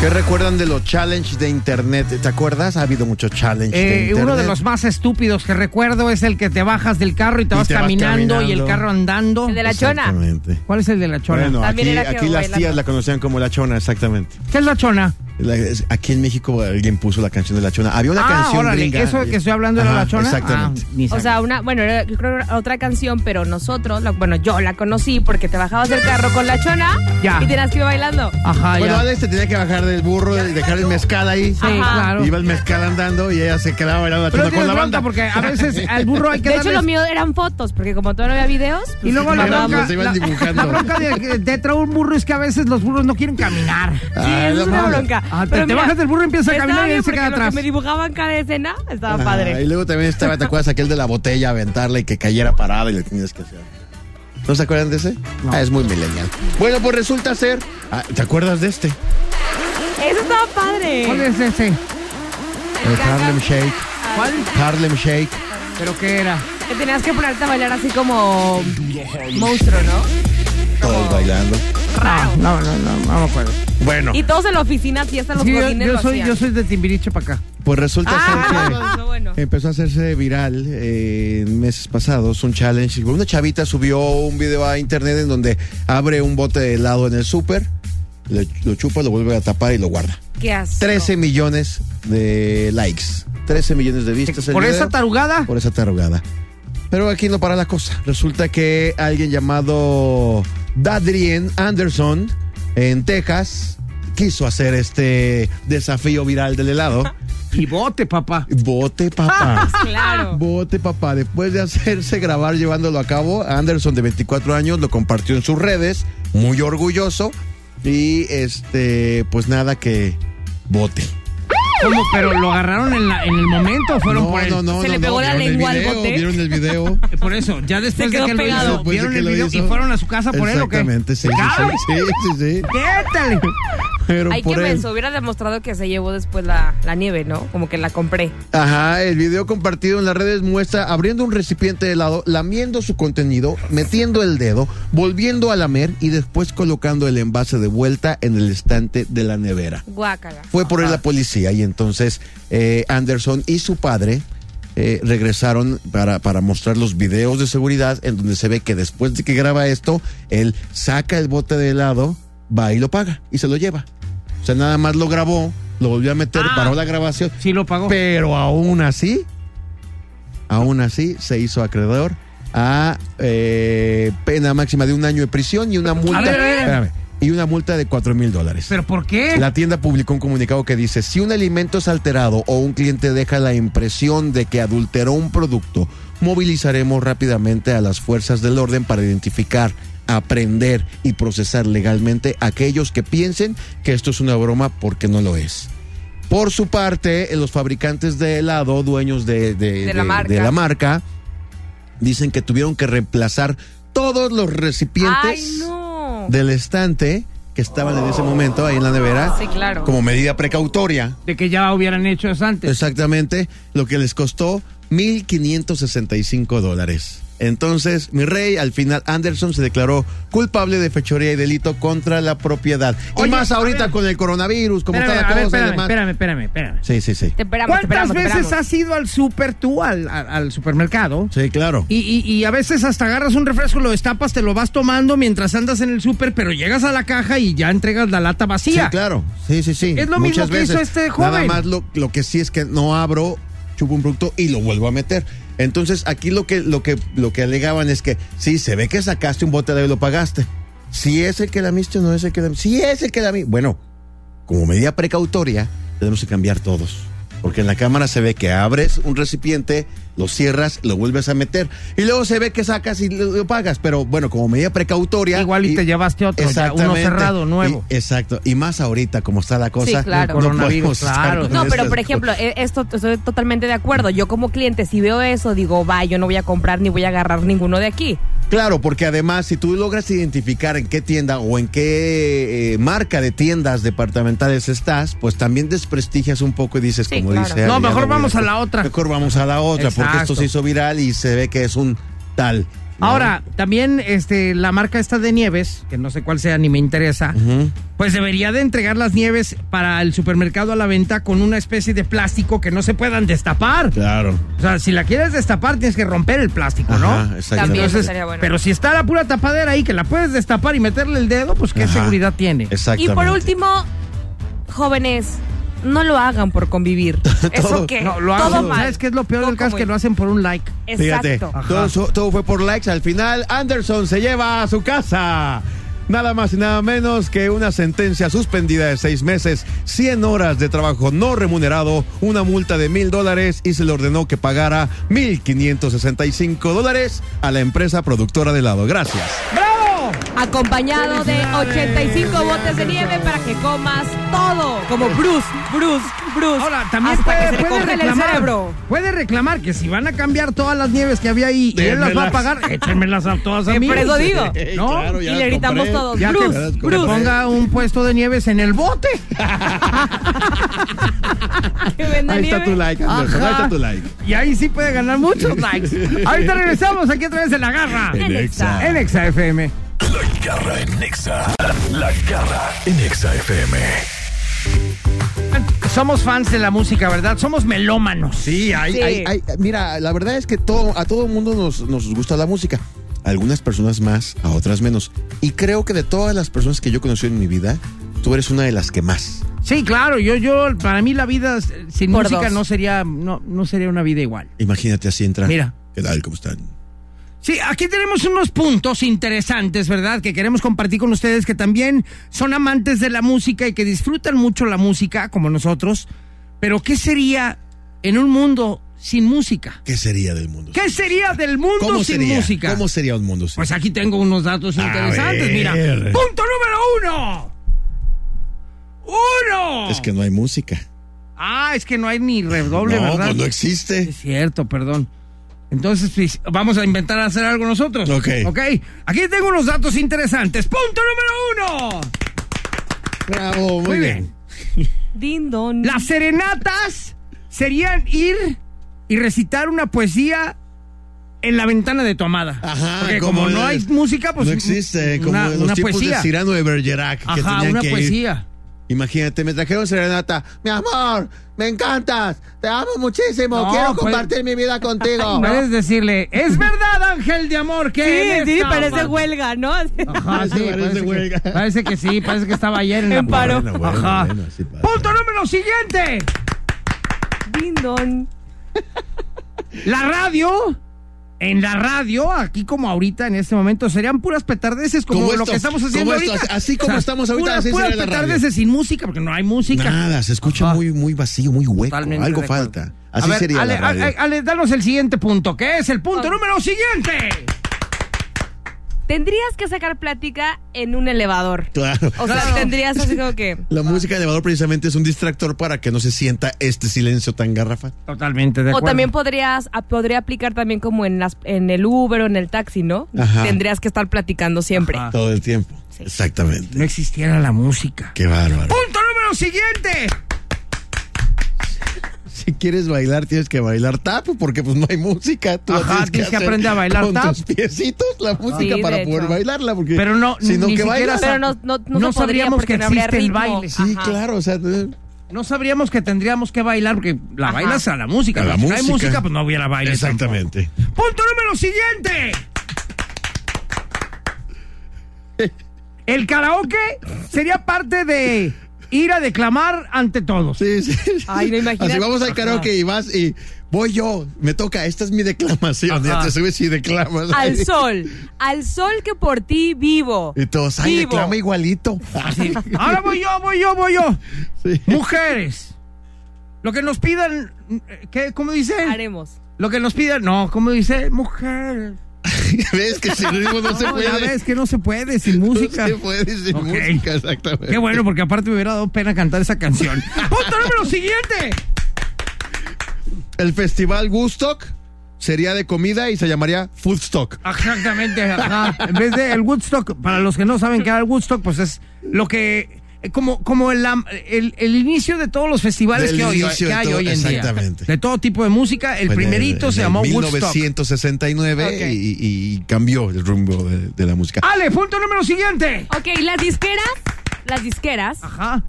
Speaker 6: ¿Qué recuerdan de los challenges de internet? ¿Te acuerdas? Ha habido muchos challenges de
Speaker 4: Eh,
Speaker 6: internet.
Speaker 4: uno de los más estúpidos que recuerdo es el que te bajas del carro y te,
Speaker 6: Y
Speaker 4: vas,
Speaker 6: te vas
Speaker 4: caminando, y el
Speaker 6: caminando.
Speaker 4: carro andando.
Speaker 5: El de la chona.
Speaker 6: Exactamente.
Speaker 4: ¿Cuál es el de la chona?
Speaker 6: Bueno,
Speaker 5: También
Speaker 6: aquí,
Speaker 5: era que
Speaker 6: aquí las
Speaker 5: bailando.
Speaker 6: tías la conocían como la chona, exactamente.
Speaker 4: ¿Qué es la chona?
Speaker 6: La- es- aquí en México alguien puso la canción de la chona. Había una
Speaker 4: Ah,
Speaker 6: canción
Speaker 4: órale,
Speaker 6: gringa.
Speaker 4: eso que estoy hablando era
Speaker 6: Ajá,
Speaker 4: la chona.
Speaker 6: Exactamente.
Speaker 4: Ah, ni
Speaker 5: O
Speaker 4: sabía.
Speaker 5: sea, una, bueno, era- yo creo que era otra canción, pero nosotros, la- bueno, yo la conocí porque te bajabas del carro con la chona
Speaker 4: Ya. Ah,
Speaker 5: y tenías que ir bailando.
Speaker 4: Ajá,
Speaker 6: bueno,
Speaker 4: ya.
Speaker 6: Alex te tenía que bajar del burro y dejar el mezcal ahí.
Speaker 4: Sí,
Speaker 5: Ajá.
Speaker 4: claro.
Speaker 6: Iba el mezcal andando y ella se quedaba bailando la
Speaker 4: Pero
Speaker 6: chona
Speaker 4: no
Speaker 6: con
Speaker 4: tienes
Speaker 6: la
Speaker 4: bronca
Speaker 6: banda.
Speaker 4: porque a veces al burro hay que
Speaker 5: De hecho,
Speaker 4: darles-
Speaker 5: lo mío eran fotos, porque como todavía no había videos,
Speaker 4: Y
Speaker 5: pues,
Speaker 4: luego la
Speaker 6: Las bandas
Speaker 4: bronca,
Speaker 6: se iban
Speaker 4: la,
Speaker 6: dibujando.
Speaker 4: la bronca de, de traer un burro es que a veces los burros no quieren caminar.
Speaker 5: sí,
Speaker 6: Ah,
Speaker 5: eso
Speaker 6: no
Speaker 5: es una
Speaker 6: mames.
Speaker 5: bronca.
Speaker 4: Ah, te-
Speaker 5: Pero
Speaker 4: te bajas del burro y empiezas a
Speaker 5: estaba
Speaker 4: caminar y
Speaker 5: bien
Speaker 4: él se
Speaker 5: porque
Speaker 4: queda
Speaker 5: lo
Speaker 4: atrás.
Speaker 5: que me dibujaban cada escena estaba
Speaker 6: Ajá, Ah, Y
Speaker 5: Ah, padre.
Speaker 6: luego también estaba, ¿te acuerdas aquel de la botella, aventarla y que cayera parada y le tenías que hacer? ¿No se acuerdan de ese? Ah, es muy milenial. Bueno, pues resulta ser. Ah, ¿Te acuerdas de este?
Speaker 5: Eso estaba
Speaker 4: ¿Cuál
Speaker 5: padre.
Speaker 4: es ese?
Speaker 6: El Harlem Shake.
Speaker 4: ¿Cuál?
Speaker 6: Harlem Shake.
Speaker 4: ¿Pero qué era?
Speaker 5: Que tenías que ponerte a bailar así como monstruo, ¿no?
Speaker 6: Todos bailando.
Speaker 4: No, Ah, no, no, no, no me acuerdo.
Speaker 6: Bueno,
Speaker 5: Y todos en la oficina, fiesta, los
Speaker 4: Sí, yo,
Speaker 5: godines
Speaker 4: yo
Speaker 5: lo
Speaker 4: soy,
Speaker 5: hacían.
Speaker 4: yo soy de Timbiriche para acá.
Speaker 6: pues resulta
Speaker 5: Ah,
Speaker 6: ser que.
Speaker 5: no, bueno.
Speaker 6: Empezó a hacerse viral eh, en meses pasados un challenge. Una chavita subió un video a internet en donde abre un bote de helado en el súper, le- lo chupa, lo vuelve a tapar y lo guarda.
Speaker 5: ¿Qué haces?
Speaker 6: 13 millones de likes. 13 millones de vistas. el
Speaker 4: ¿Por
Speaker 6: video,
Speaker 4: esa tarugada?
Speaker 6: Por esa tarugada. Pero aquí no para la cosa. Resulta que alguien llamado Dadrien Anderson en Texas quiso hacer este desafío viral del helado.
Speaker 4: Y bote, papá.
Speaker 6: Bote, papá.
Speaker 5: Claro.
Speaker 6: Bote, papá. Después de hacerse grabar llevándolo a cabo, Anderson, de 24 años, lo compartió en sus redes, muy orgulloso. Y este, pues nada que bote.
Speaker 4: ¿Cómo? ¿Pero lo agarraron en, la- en el momento o fueron por él?
Speaker 5: Se le pegó la
Speaker 6: vieron el
Speaker 5: lengua al
Speaker 6: video,
Speaker 5: bote.
Speaker 6: Vieron el video.
Speaker 4: Por eso, ya después
Speaker 5: Se
Speaker 4: de
Speaker 5: quedó
Speaker 4: que lo
Speaker 5: pegado.
Speaker 4: hizo,
Speaker 6: Después de
Speaker 4: vieron
Speaker 6: que
Speaker 4: el
Speaker 6: lo
Speaker 4: video
Speaker 6: hizo.
Speaker 4: y fueron a su casa por él o qué?
Speaker 6: Exactamente, sí, sí,
Speaker 4: ¡Cabe!
Speaker 6: sí, sí, sí, sí.
Speaker 4: ¡Quétale!
Speaker 6: fueron
Speaker 5: Hay que
Speaker 6: por él.
Speaker 5: menso, hubiera demostrado que se llevó después la, la nieve, ¿no? Como que la compré.
Speaker 6: Ajá, el video compartido en las redes muestra abriendo un recipiente de helado, lamiendo su contenido, metiendo el dedo, volviendo a lamer y después colocando el envase de vuelta en el estante de la nevera.
Speaker 5: Guácala.
Speaker 6: Fue por él la policía y entonces eh, Anderson y su padre eh, regresaron para, para mostrar los videos de seguridad en donde se ve que después de que graba esto, él saca el bote de helado, va y lo paga y se lo lleva. O sea, nada más lo grabó, lo volvió a meter,
Speaker 4: Ah.
Speaker 6: paró la grabación.
Speaker 4: Sí lo pagó.
Speaker 6: Pero aún así, aún así se hizo acreedor a eh, pena máxima de un año de prisión y una multa.
Speaker 4: ver, a ver.
Speaker 6: espérame, y una multa de cuatro mil dólares.
Speaker 4: ¿Pero por qué?
Speaker 6: La tienda publicó un comunicado que dice, si un alimento es alterado o un cliente deja la impresión de que adulteró un producto, movilizaremos rápidamente a las fuerzas del orden para identificar, aprender y procesar legalmente a aquellos que piensen que esto es una broma porque no lo es. Por su parte, eh, los fabricantes de helado, dueños de, de-
Speaker 5: De la marca.
Speaker 6: de la marca, dicen que tuvieron que reemplazar todos los recipientes
Speaker 5: Ay, no.
Speaker 6: del estante que estaban en ese momento ahí en la nevera
Speaker 5: Sí, claro.
Speaker 6: como medida precautoria.
Speaker 4: De que ya hubieran hecho eso antes.
Speaker 6: Exactamente, lo que les costó 1.565 dólares. Entonces, mi rey, al final Anderson se declaró culpable de fechoría y delito contra la propiedad. y
Speaker 4: Oye,
Speaker 6: más
Speaker 4: a
Speaker 6: ahorita
Speaker 4: ver.
Speaker 6: con el coronavirus, como
Speaker 4: Espérame,
Speaker 6: está
Speaker 4: a
Speaker 6: la
Speaker 4: ver,
Speaker 6: cosa y
Speaker 4: espérame,
Speaker 6: demás.
Speaker 4: espérame, espérame, espérame.
Speaker 6: Sí, sí, sí.
Speaker 5: Te esperamos, te
Speaker 4: ¿Cuántas
Speaker 5: esperamos, te
Speaker 4: veces
Speaker 5: esperamos.
Speaker 4: has ido al super tú, al, al- al supermercado?
Speaker 6: Sí, claro.
Speaker 4: Y, y- y a veces hasta agarras un refresco, lo destapas, te lo vas tomando mientras andas en el súper, pero llegas a la caja y ya entregas la lata
Speaker 6: Sí,
Speaker 4: vacía.
Speaker 6: claro. Sí, sí, sí.
Speaker 4: Es lo mismo que hizo este
Speaker 6: Nada
Speaker 4: joven.
Speaker 6: más lo, lo que sí es que no abro, chupo un producto y lo vuelvo a meter. Entonces, aquí lo que, lo que, lo que alegaban es que sí, se ve que sacaste un bote de agua y lo pagaste. Si es el que lamiste o no es el que lamiste. Si es el que lamiste. Bueno, como medida precautoria, tenemos que cambiar todos. Porque en la cámara se ve que abres un recipiente, lo cierras, lo vuelves a meter. Y luego se ve que sacas y lo, lo pagas. Pero bueno, como medida precautoria.
Speaker 4: Igual y te llevaste otro, ya, uno
Speaker 6: Exactamente.
Speaker 4: cerrado, nuevo.
Speaker 6: Y- exacto. Y más ahorita, como está la cosa.
Speaker 5: Sí, claro.
Speaker 6: no
Speaker 4: Coronavirus,
Speaker 6: podemos estar
Speaker 4: claro.
Speaker 6: con
Speaker 5: No, pero
Speaker 6: esas
Speaker 5: por ejemplo, eh, esto estoy totalmente de acuerdo. Yo como cliente, si veo eso, digo, va, yo no voy a comprar ni voy a agarrar ninguno de aquí.
Speaker 6: cosas. Claro, porque además, si tú logras identificar en qué tienda o en qué eh, marca de tiendas departamentales estás, pues también desprestigias un poco y dices,
Speaker 5: Sí,
Speaker 6: como
Speaker 5: claro.
Speaker 6: dice.
Speaker 4: No,
Speaker 6: Ale, ya
Speaker 4: mejor
Speaker 6: voy
Speaker 4: vamos a
Speaker 6: hacer.
Speaker 4: la otra.
Speaker 6: Mejor vamos a la otra, porque
Speaker 4: Exacto.
Speaker 6: esto se hizo viral y se ve que es un tal. ¿no?
Speaker 4: Ahora, también este, la marca esta de nieves, que no sé cuál sea ni me interesa,
Speaker 6: Ujú.
Speaker 4: pues debería de entregar las nieves para el supermercado a la venta con una especie de plástico que no se puedan destapar.
Speaker 6: Claro.
Speaker 4: O sea, si la quieres destapar, tienes que romper el plástico,
Speaker 6: Ajá,
Speaker 4: ¿no?
Speaker 6: exactamente.
Speaker 5: También.
Speaker 4: Entonces,
Speaker 5: Estaría bueno.
Speaker 4: pero si está la pura tapadera ahí que la puedes destapar y meterle el dedo, pues qué
Speaker 6: Ajá.
Speaker 4: seguridad tiene.
Speaker 5: Y
Speaker 6: Exactamente.
Speaker 5: por último, jóvenes, no lo hagan por convivir. ¿Eso qué?
Speaker 4: No, lo
Speaker 5: Eh, Todo
Speaker 4: hago.
Speaker 5: mal.
Speaker 4: ¿Sabes qué es lo peor del
Speaker 5: Poco
Speaker 4: caso?
Speaker 5: muy-
Speaker 4: Que lo hacen por un like.
Speaker 6: Fíjate,
Speaker 5: Exacto.
Speaker 6: todo, su- todo fue por likes. Al final, Anderson se lleva a su casa. Nada más y nada menos que una sentencia suspendida de seis meses, 100 horas de trabajo no remunerado, una multa de mil dólares y se le ordenó que pagara 1.565 dólares a la empresa productora de helado. Gracias.
Speaker 4: ¡Bravo!
Speaker 5: Acompañado de 85 botes de nieve para que comas todo. Como Bruce, Bruce, Bruce.
Speaker 4: Ahora, también
Speaker 5: hasta
Speaker 4: puede,
Speaker 5: que se le
Speaker 4: puede
Speaker 5: congele el
Speaker 4: reclamar.
Speaker 5: cerebro.
Speaker 4: Puede reclamar que si van a cambiar todas las nieves que había ahí y él las va a
Speaker 6: Démelas.
Speaker 4: pagar, échenmelas a todas a
Speaker 5: Eh,
Speaker 4: mí.
Speaker 5: por eso digo.
Speaker 4: ¿No?
Speaker 5: Y le gritamos todos,
Speaker 4: Ya
Speaker 5: Bruce,
Speaker 4: que, que
Speaker 5: Bruce.
Speaker 4: ponga un puesto de nieves en el bote.
Speaker 5: Que venda
Speaker 6: Ahí está
Speaker 5: nieve.
Speaker 6: tu like, Anderson.
Speaker 4: Ajá.
Speaker 6: Ahí está tu like.
Speaker 4: Y ahí sí puede ganar muchos likes. Ahorita regresamos aquí a través de la garra.
Speaker 5: En Exa.
Speaker 4: En Exa FM.
Speaker 2: La garra en Nexa. La garra en Nexa FM.
Speaker 4: Somos fans de la música, ¿verdad? Somos melómanos.
Speaker 6: Sí, hay,
Speaker 5: Sí.
Speaker 6: hay- hay- mira, la verdad es que todo, a todo mundo nos, nos gusta la música. A algunas personas más, a otras menos. Y creo que de todas las personas que yo conocí en mi vida, tú eres una de las que más.
Speaker 4: Sí, claro, yo, yo, para mí la vida eh, sin
Speaker 5: Por
Speaker 4: música
Speaker 5: dos.
Speaker 4: no sería, no, no sería una vida igual.
Speaker 6: Imagínate así entrar.
Speaker 4: Mira.
Speaker 6: ¿Qué tal? ¿Cómo están?
Speaker 4: Sí, aquí tenemos unos puntos interesantes, ¿verdad? Que queremos compartir con ustedes que también son amantes de la música y que disfrutan mucho la música, como nosotros. Pero, ¿qué sería en un mundo sin música?
Speaker 6: ¿Qué sería del mundo?
Speaker 4: ¿Qué sería del mundo
Speaker 6: ¿Cómo
Speaker 4: sin
Speaker 6: sería?
Speaker 4: música?
Speaker 6: ¿Cómo sería un mundo sin
Speaker 4: Pues aquí tengo unos datos
Speaker 6: A
Speaker 4: interesantes,
Speaker 6: ver.
Speaker 4: mira. Punto número uno. Uno.
Speaker 6: Es que no hay música.
Speaker 4: Ah, es que no hay ni redoble,
Speaker 6: no,
Speaker 4: ¿verdad?
Speaker 6: pues no existe.
Speaker 4: Es cierto, perdón. Entonces, pues, vamos a inventar hacer algo nosotros.
Speaker 6: Ok.
Speaker 4: Ok. Aquí tengo unos datos interesantes. Punto número uno.
Speaker 6: Bravo,
Speaker 4: Muy bien.
Speaker 5: Din don.
Speaker 4: Las serenatas serían ir y recitar una poesía en la ventana de tu amada.
Speaker 6: Ajá,
Speaker 4: Porque
Speaker 6: como
Speaker 4: como no hay
Speaker 6: es-
Speaker 4: música, pues
Speaker 6: no existe, como
Speaker 4: una,
Speaker 6: los
Speaker 4: una
Speaker 6: tipos
Speaker 4: poesía.
Speaker 6: de Cirano de Bergerac que
Speaker 4: Ajá,
Speaker 6: tenían
Speaker 4: una
Speaker 6: que ir.
Speaker 4: poesía.
Speaker 6: Imagínate, me trajeron serenata. Mi amor, me encantas, te amo muchísimo,
Speaker 4: No,
Speaker 6: quiero
Speaker 4: pues-
Speaker 6: compartir mi vida contigo.
Speaker 4: Puedes decirle, es verdad, ángel de amor, que
Speaker 5: Sí,
Speaker 4: eres
Speaker 5: sí,
Speaker 4: tan
Speaker 5: parece
Speaker 4: mal-".
Speaker 5: huelga, ¿no?
Speaker 6: Ah.
Speaker 4: Ajá, sí,
Speaker 6: Parece
Speaker 4: parece,
Speaker 6: huelga.
Speaker 4: que, parece que sí, parece que estaba ayer en,
Speaker 5: En
Speaker 4: la
Speaker 5: paro.
Speaker 6: Bueno, bueno,
Speaker 4: Ajá.
Speaker 6: bueno, sí pasa.
Speaker 4: Punto número siguiente.
Speaker 5: Din don.
Speaker 4: La radio. En la radio, aquí como ahorita en este momento, serían puras petardeces como,
Speaker 6: Como
Speaker 4: lo
Speaker 6: esto,
Speaker 4: que estamos haciendo
Speaker 6: como esto,
Speaker 4: ahorita.
Speaker 6: así como estamos ahorita,
Speaker 4: Puras,
Speaker 6: así
Speaker 4: puras
Speaker 6: sería la radio.
Speaker 4: petardeces sin música, porque no hay música.
Speaker 6: Nada, se escucha
Speaker 4: Ajá.
Speaker 6: muy, muy vacío, muy hueco.
Speaker 4: Totalmente
Speaker 6: Algo
Speaker 4: de acuerdo.
Speaker 6: falta.
Speaker 4: A
Speaker 6: Así
Speaker 4: ver,
Speaker 6: sería
Speaker 4: Ale,
Speaker 6: la radio.
Speaker 4: Ale, Ale, danos el siguiente punto, que es el punto
Speaker 5: Ah.
Speaker 4: número siguiente.
Speaker 5: Tendrías que sacar plática en un elevador.
Speaker 6: Claro.
Speaker 5: O sea, tendrías así como que.
Speaker 6: La música de elevador precisamente es un distractor para que no se sienta este silencio tan garrafa.
Speaker 4: Totalmente de
Speaker 5: O
Speaker 4: acuerdo.
Speaker 5: también podrías, a- podría aplicar también como en las, en el Uber o en el taxi, ¿no?
Speaker 6: Ajá.
Speaker 5: Tendrías que estar platicando siempre.
Speaker 4: Ajá.
Speaker 6: Todo el tiempo. Exactamente.
Speaker 4: no existiera la música.
Speaker 6: Qué bárbaro.
Speaker 4: Punto número siguiente.
Speaker 6: Si quieres bailar, tienes que bailar tap, porque pues no hay música. Tú la
Speaker 4: Ajá, tienes que
Speaker 6: hacer
Speaker 4: aprender a bailar
Speaker 6: con
Speaker 4: tap.
Speaker 6: tus piecitos la música
Speaker 5: Sí,
Speaker 6: para
Speaker 5: de
Speaker 6: poder
Speaker 5: hecho.
Speaker 6: bailarla, porque
Speaker 4: Pero no,
Speaker 6: si no
Speaker 4: ni
Speaker 6: que
Speaker 4: siquiera
Speaker 6: bailas.
Speaker 4: sa-
Speaker 5: Pero no- no- no se podría
Speaker 4: sabríamos que
Speaker 5: porque no habría
Speaker 4: existe el
Speaker 5: ritmo. Ah.
Speaker 4: baile.
Speaker 5: Ajá.
Speaker 6: Sí, claro, o sea, eh,
Speaker 4: No sabríamos que tendríamos que bailar porque la
Speaker 5: Ajá.
Speaker 4: bailas a la música.
Speaker 6: A la
Speaker 4: Si no hay
Speaker 6: música.
Speaker 4: música, pues no hubiera baile.
Speaker 6: exactamente.
Speaker 4: tampoco. Punto número siguiente. El karaoke sería parte de ir a declamar ante todos.
Speaker 6: Sí, sí.
Speaker 5: Ay, no, imagínate.
Speaker 6: Así vamos al karaoke y vas y voy yo, me toca, esta es mi declamación. Ya
Speaker 4: Ajá.
Speaker 6: te subes y declamas.
Speaker 5: Al sol. Al sol que por ti vivo.
Speaker 6: Y todos, ay,
Speaker 5: Vivo.
Speaker 6: declama igualito.
Speaker 4: Así. Ahora voy yo, voy yo, voy yo.
Speaker 6: Sí.
Speaker 4: Mujeres. Lo que nos pidan, ¿qué? ¿Cómo dice?
Speaker 5: Haremos.
Speaker 4: Lo que nos pidan, no, ¿cómo dice? Mujeres.
Speaker 6: ¿Ves que sin ritmo no, se
Speaker 4: No,
Speaker 6: puede?
Speaker 4: ya ves que no se puede sin música.
Speaker 6: No se puede sin
Speaker 4: Ok.
Speaker 6: música, exactamente.
Speaker 4: Qué bueno, porque aparte me hubiera dado pena cantar esa canción. ¡Punto número siguiente!
Speaker 6: El festival Woodstock sería de comida y se llamaría Foodstock.
Speaker 4: Exactamente, ajá. En vez de el Woodstock, para los que no saben qué era el Woodstock, pues es lo que. eh, Como, como el, am- el- el inicio de todos los festivales
Speaker 6: Del
Speaker 4: que, hoy-
Speaker 6: inicio
Speaker 4: que
Speaker 6: de
Speaker 4: hay
Speaker 6: todo-
Speaker 4: hoy en día.
Speaker 6: exactamente.
Speaker 4: De todo tipo de música. El primerito se llamó Woodstock.
Speaker 6: 1969
Speaker 4: Ok. Ah.
Speaker 6: y, y- y cambió el rumbo de, de la música.
Speaker 4: Ale, punto número siguiente.
Speaker 5: Ok, las disqueras. Las disqueras
Speaker 4: Ajá.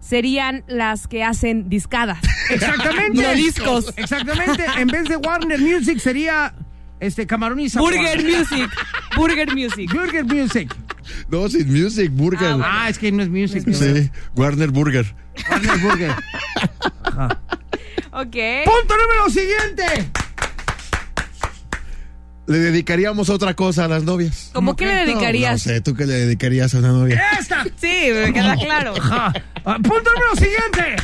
Speaker 5: serían las que hacen discadas.
Speaker 4: Exactamente.
Speaker 5: No discos.
Speaker 4: Exactamente. En vez de Warner Music sería este Camarón y Zaguán.
Speaker 5: Burger Music. Burger Music.
Speaker 4: Burger Music.
Speaker 6: No, sin music, burger.
Speaker 5: Ah, bueno.
Speaker 4: Ah, es que no es music.
Speaker 6: Sí, Warner Burger.
Speaker 4: Warner Burger.
Speaker 5: Ok.
Speaker 4: Punto número siguiente.
Speaker 6: Le dedicaríamos otra cosa a las novias.
Speaker 5: ¿Cómo que le
Speaker 6: No
Speaker 5: dedicarías?
Speaker 6: sé, ¿tú qué le dedicarías a una novia?
Speaker 4: Esta.
Speaker 5: Sí, me queda claro.
Speaker 4: Ah, ah, punto número siguiente.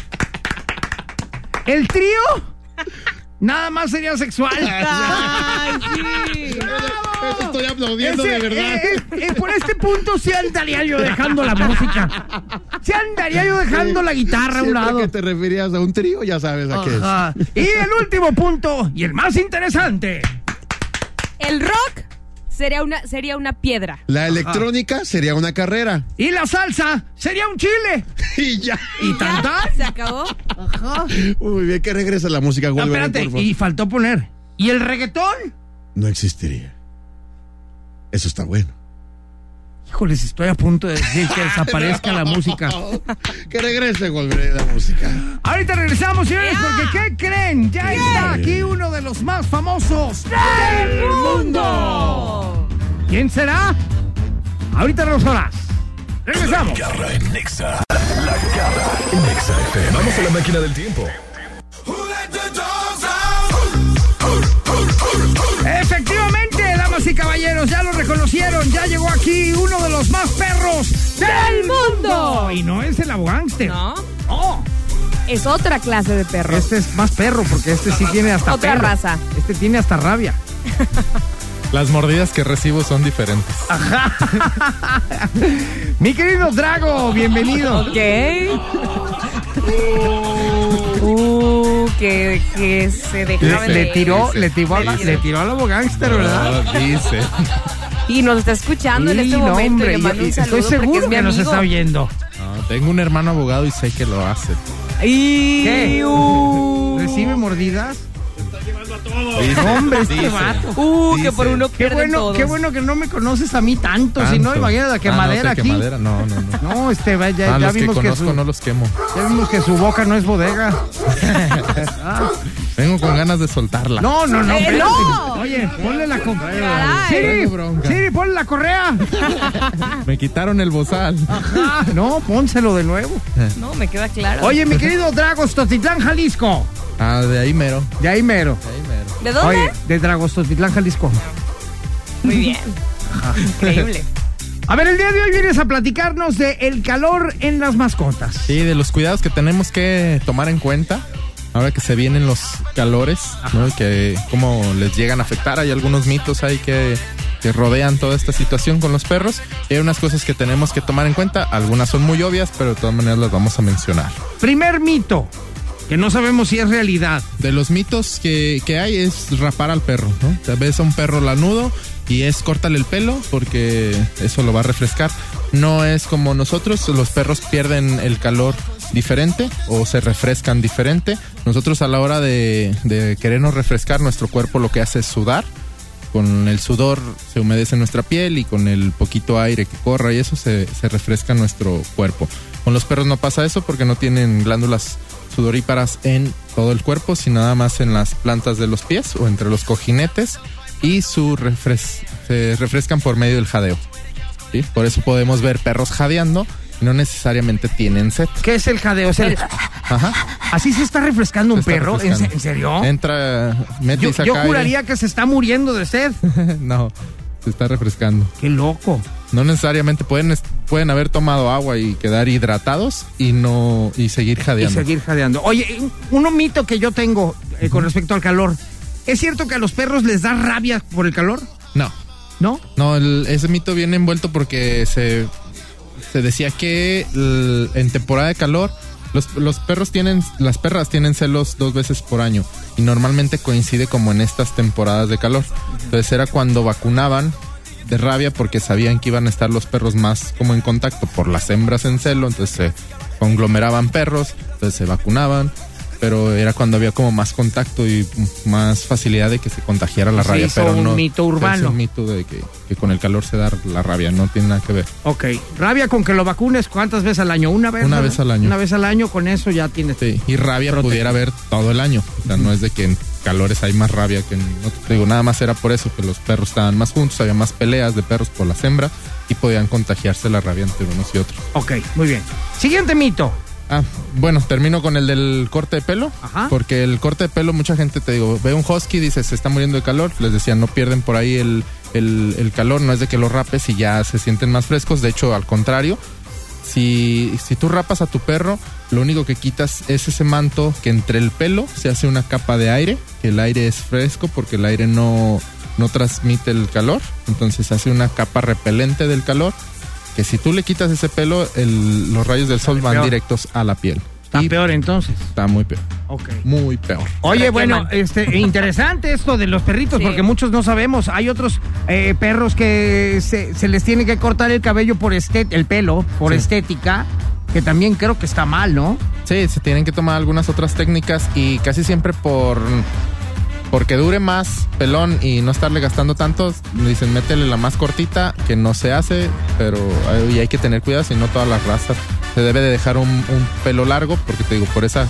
Speaker 4: El trío nada más sería sexual.
Speaker 5: Ay, sí.
Speaker 6: Eso estoy aplaudiendo
Speaker 4: Ese-
Speaker 6: Ah, de verdad.
Speaker 4: eh, eh, eh, por este punto sí andaría yo dejando la música. Sí andaría yo dejando la guitarra a un
Speaker 6: Siempre
Speaker 4: lado.
Speaker 6: que te referías a un trío, ya sabes a qué es.
Speaker 4: Ajá. Y el último punto, y el más interesante.
Speaker 5: El rock sería una, sería una piedra.
Speaker 6: La electrónica sería una carrera.
Speaker 4: Y la salsa sería un chile.
Speaker 6: Y ya.
Speaker 4: Y tan, tan.
Speaker 5: Se acabó.
Speaker 6: Muy bien, que regresa la música.
Speaker 4: No,
Speaker 6: Wolverine,
Speaker 4: espérate,
Speaker 6: por favor.
Speaker 4: y faltó poner. ¿Y el reggaetón?
Speaker 6: No existiría. Eso está bueno.
Speaker 4: Híjoles, estoy a punto de decir que desaparezca la música.
Speaker 6: Que regrese Wolverine la música.
Speaker 4: Ahorita regresamos, señores, porque ¿qué creen? Ya está aquí uno de los más famosos del mundo. ¿Quién será? Ahorita nos horas. Regresamos.
Speaker 2: Garra en Nexa. La garra en Nexa FM. Vamos a la máquina del tiempo.
Speaker 4: Efectivamente, damas y caballeros, ya lo reconocieron. Ya llegó aquí uno de los más perros del mundo. Y no es el abogángster.
Speaker 5: ¿No?
Speaker 4: No.
Speaker 5: Es otra clase de perro.
Speaker 4: Este es más perro porque este sí tiene hasta
Speaker 5: Otra
Speaker 4: perro.
Speaker 5: raza.
Speaker 4: Este tiene hasta rabia.
Speaker 7: Las mordidas que recibo son diferentes.
Speaker 4: Mi querido Drago, bienvenido.
Speaker 5: Ok. Uh, que, que se dejaba
Speaker 4: Oh. Le,
Speaker 5: de
Speaker 4: le tiró,
Speaker 7: sí.
Speaker 4: le tiró, a la-
Speaker 7: Sí, sí.
Speaker 4: le tiró al abogángster, ¿verdad?
Speaker 7: Ah, dice.
Speaker 5: Y nos está escuchando en
Speaker 4: Sí,
Speaker 5: este
Speaker 4: no,
Speaker 5: momento. y
Speaker 4: hombre,
Speaker 5: le mando
Speaker 4: yo-
Speaker 5: un saludo
Speaker 4: estoy
Speaker 5: porque
Speaker 4: seguro
Speaker 5: es mi
Speaker 4: que nos
Speaker 5: amigo.
Speaker 4: está oyendo.
Speaker 7: No, Tengo un hermano abogado y sé que lo hace.
Speaker 5: Y...
Speaker 4: ¿Qué?
Speaker 5: Uh,
Speaker 4: ¿Recibe mordidas?
Speaker 7: Dice,
Speaker 4: Hombre, este
Speaker 7: dice.
Speaker 4: vato.
Speaker 5: uh, que
Speaker 7: Dice,
Speaker 5: por uno
Speaker 4: Qué
Speaker 5: pierden
Speaker 4: bueno,
Speaker 5: todos.
Speaker 4: qué bueno que no me conoces a mí tanto, Pues si no,
Speaker 7: Tanto.
Speaker 4: imagina la
Speaker 7: Ah,
Speaker 4: quemadera
Speaker 7: no, sé
Speaker 4: aquí.
Speaker 7: quemadera, No, no, no.
Speaker 4: No, este, va- ya,
Speaker 7: Ah,
Speaker 4: ya
Speaker 7: los que
Speaker 4: vimos que
Speaker 7: conozco
Speaker 4: su,
Speaker 7: no los quemo.
Speaker 4: ya vimos que su boca no es bodega.
Speaker 7: Vengo con ganas de soltarla.
Speaker 4: No, no, no.
Speaker 5: Eh,
Speaker 4: espérate.
Speaker 5: no.
Speaker 4: Oye, ponle la correa.
Speaker 5: Caray.
Speaker 4: Siri,
Speaker 7: Qué bronca.
Speaker 4: Siri, ponle la correa.
Speaker 7: Me quitaron el bozal.
Speaker 4: Ah, no, pónselo de nuevo.
Speaker 5: No, me queda claro.
Speaker 4: Oye, mi querido Dragostotitlán, Jalisco.
Speaker 7: Ah, de ahí mero.
Speaker 4: De ahí mero.
Speaker 7: De ahí mero.
Speaker 5: ¿De dónde?
Speaker 4: Oye, de Dragostotitlán, Jalisco.
Speaker 5: Muy bien. Increíble.
Speaker 4: A ver, el día de hoy vienes a platicarnos de el calor en las mascotas.
Speaker 7: Sí, de los cuidados que tenemos que tomar en cuenta. Ahora que se vienen los calores, ¿no? Y Que cómo les llegan a afectar. Hay algunos mitos ahí que, que rodean toda esta situación con los perros. Y hay unas cosas que tenemos que tomar en cuenta. Algunas son muy obvias, pero de todas maneras las vamos a mencionar.
Speaker 4: Primer mito, que no sabemos si es realidad.
Speaker 7: De los mitos que, que hay es rapar al perro, ¿no? Tal vez a un perro lanudo y es córtale el pelo porque eso lo va a refrescar. No es como nosotros, los perros pierden el calor diferente o se refrescan diferente. Nosotros a la hora de, de querernos refrescar, nuestro cuerpo lo que hace es sudar. Con el sudor se humedece nuestra piel y con el poquito aire que corra y eso se, se refresca nuestro cuerpo. Con los perros no pasa eso porque no tienen glándulas sudoríparas en todo el cuerpo, sino nada más en las plantas de los pies o entre los cojinetes y su refres- se refrescan por medio del jadeo. ¿sí? Por eso podemos ver perros jadeando y no necesariamente tienen sed.
Speaker 4: ¿Qué es el jadeo? O sea,
Speaker 7: Ajá.
Speaker 4: ¿Así se está refrescando un
Speaker 7: Se está
Speaker 4: perro? ¿En se-
Speaker 7: refrescando.
Speaker 4: ¿En serio?
Speaker 7: Entra, mete
Speaker 4: Yo,
Speaker 7: y saca
Speaker 4: yo
Speaker 7: aire.
Speaker 4: juraría que se está muriendo de sed.
Speaker 7: no, se está refrescando.
Speaker 4: Qué loco.
Speaker 7: No necesariamente pueden, es- pueden haber tomado agua y quedar hidratados y no y seguir
Speaker 4: Y
Speaker 7: jadeando.
Speaker 4: seguir jadeando. Oye, un mito que yo tengo eh, con respecto al calor. ¿Es cierto que a los perros les da rabia por el calor?
Speaker 7: No.
Speaker 4: ¿No?
Speaker 7: No, el- ese mito viene envuelto porque se, se decía que el- en temporada de calor los, los perros tienen, las perras tienen celos dos veces por año y normalmente coincide como en estas temporadas de calor. Entonces era cuando vacunaban de rabia porque sabían que iban a estar los perros más como en contacto por las hembras en celo, entonces se conglomeraban perros, entonces se vacunaban. Pero era cuando había como más contacto y más facilidad de que se contagiara la
Speaker 4: Se
Speaker 7: rabia.
Speaker 4: hizo
Speaker 7: pero
Speaker 4: un
Speaker 7: no,
Speaker 4: mito
Speaker 7: se hizo
Speaker 4: urbano.
Speaker 7: un mito de que, que con el calor se da la rabia, no tiene nada que ver.
Speaker 4: Ok. Rabia con que lo vacunes cuántas veces al año? Una vez.
Speaker 7: Una
Speaker 4: ¿no?
Speaker 7: vez al año.
Speaker 4: Una vez al año, con eso ya tienes.
Speaker 7: Sí, y rabia pudiera haber todo el año. O sea, no es de que en calores hay más rabia que en otros. Digo, nada más era por eso que los perros estaban más juntos, había más peleas de perros por las hembras y podían contagiarse la rabia entre unos y otros.
Speaker 4: Ok, muy bien. Siguiente mito.
Speaker 7: Ah, bueno, termino con el del corte de pelo.
Speaker 4: Ajá.
Speaker 7: Porque el corte de pelo, mucha gente te digo, ve un husky, dice, se está muriendo de calor. Les decía, no pierden por ahí el, el- el calor, no es de que lo rapes y ya se sienten más frescos. De hecho, al contrario, si, si tú rapas a tu perro, lo único que quitas es ese manto que entre el pelo se hace una capa de aire, que el aire es fresco porque el aire no, no transmite el calor, entonces hace una capa repelente del calor, que si tú le quitas ese pelo, el- los rayos del sol van
Speaker 4: peor.
Speaker 7: directos a la piel.
Speaker 4: Está
Speaker 7: Y
Speaker 4: peor entonces.
Speaker 7: Está muy peor,
Speaker 4: Ok.
Speaker 7: muy peor.
Speaker 4: Oye,
Speaker 5: Pero
Speaker 4: bueno,
Speaker 5: queman.
Speaker 4: este, interesante esto de los perritos,
Speaker 5: Sí.
Speaker 4: porque muchos no sabemos. Hay otros eh, perros que se, se les tiene que cortar el cabello por estet el pelo, por
Speaker 7: Sí.
Speaker 4: estética, que también creo que está mal, ¿no?
Speaker 7: Sí, se tienen que tomar algunas otras técnicas y casi siempre por porque dure más pelón y no estarle gastando tantos, dicen métele la más cortita, que no se hace, pero hay, y hay que tener cuidado si no todas las razas se debe de dejar un, un pelo largo porque te digo por esa